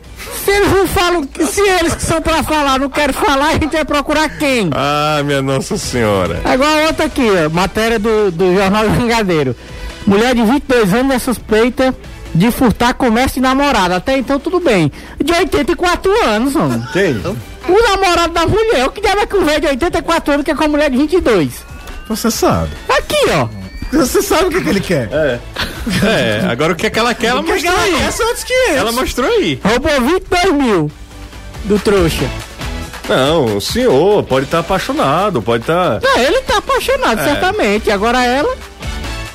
C: Se eles não falam, se eles que são pra falar não querem falar, a gente vai procurar quem?
B: Ah, minha Nossa Senhora.
C: É igual a outra aqui, ó, matéria do, do Jornal Jangadeiro. Mulher de 22 anos é suspeita de furtar comércio de namorado. Até então tudo bem. De 84 anos, homem.
B: Quem?
C: O namorado da mulher, o que diabo é que o velho de 84 anos quer com a mulher de 22?
E: Você sabe.
C: Aqui, ó.
E: Você sabe o que, que ele quer.
D: É, agora o que é que ela quer, ela mostrou aí.
E: Essa é antes que ele.
D: Ela mostrou aí.
C: Roubou 22 mil do trouxa.
B: Não, o senhor pode estar apaixonado, pode estar.
C: Não, ele tá apaixonado,
E: É.
C: certamente. Agora ela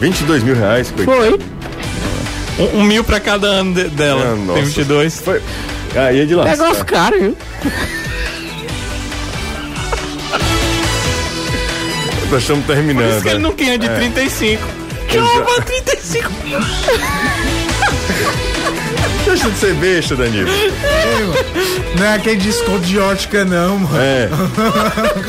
B: 22 mil reais, coitado.
C: foi.
D: Um, um mil pra cada ano de- dela.
B: Ah, nossa.
D: tem 22.
B: Foi. Aí é de lá.
C: Negócio caro, viu?
B: Tá, Nós estamos
D: Por
B: terminando. né?
D: isso que ele não ganha de 35. Que
B: Exa-
D: rouba 35 mil.
B: Deixa de ser besta, Danilo.
E: Não é aquele desconto de ótica, não, mano.
B: É.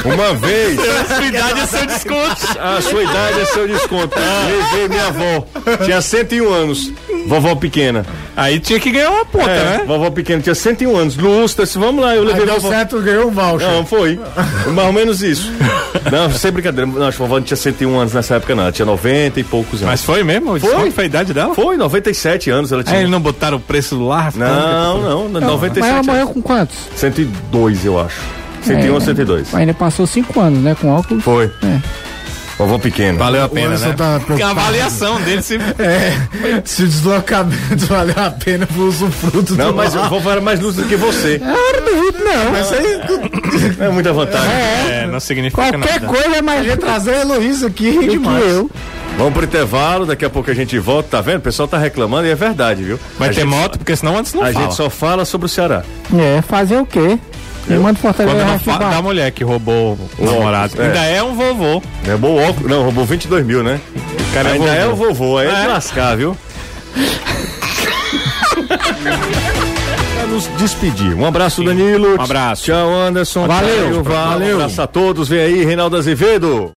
B: Uma vez,
D: Sua idade é seu desconto.
B: a sua idade é seu desconto. Levei minha avó. Tinha 101 anos. Vovó pequena.
D: Aí tinha que ganhar uma ponta,
B: É,
D: né?
B: Vovó pequena tinha 101 anos. Lustra, disse, vamos lá, eu
E: Aí
B: levei
E: deu
B: vovó.
E: certo, ganhou um voucher.
B: Não, foi. Mais ou menos isso. Não, sem brincadeira. Não, acho que a vovó não tinha 101 anos nessa época, não. Ela tinha 90 e poucos anos.
D: Mas foi mesmo? Diz,
B: Foi.
D: quanto foi a idade dela?
B: Foi, 97 anos ela
D: Aí
B: tinha.
D: eles É, não botaram o preço lá? tipo,
B: Não, não, não,
C: Mas é
B: 97
C: ela morreu
B: anos.
C: com quantos?
B: 102, eu acho. 101 ou 102.
C: Ainda passou cinco anos, né? Com óculos.
B: Foi. Vovó pequena.
D: Valeu a
E: O
D: pena,
E: Anderson
D: né?
E: tá preocupado.
D: A avaliação dele se...
E: É, se o deslocamento valeu a pena pro usufruto
B: Não,
E: do
B: mas a
E: voucher.
B: vovó era mais lúcida que você.
C: Ah,
E: Mas aí,
B: Não é muita vantagem.
D: É, não significa
C: Qualquer
D: nada.
C: coisa é mais
E: trazer a Heloísa aqui ri
C: do que
E: demais.
C: eu.
B: Vamos pro intervalo, daqui a pouco a gente volta, tá vendo? O pessoal tá reclamando e é verdade, viu?
D: Vai
B: a
D: ter
B: gente,
D: moto, porque senão antes não
B: A
D: fala.
B: gente só fala sobre o Ceará.
C: É, fazer o quê? Me manda o Fortaleza
D: Quando não
C: arrastar o
D: fala da
C: barco.
D: mulher que roubou o
B: Não,
D: namorado.
B: é.
D: Ainda é um vovô.
B: É bom óculos. Não, roubou 22 mil, né?
D: Cara,
B: Ainda é o
D: vovô.
B: vovô, aí é de
D: É.
B: lascar, viu? Pra nos despedir. Um abraço, Danilo.
D: Um abraço.
B: Tchau, Anderson.
C: Valeu.
B: Tchau, Valeu. Um abraço a todos. Vem aí, Reinaldo Azevedo.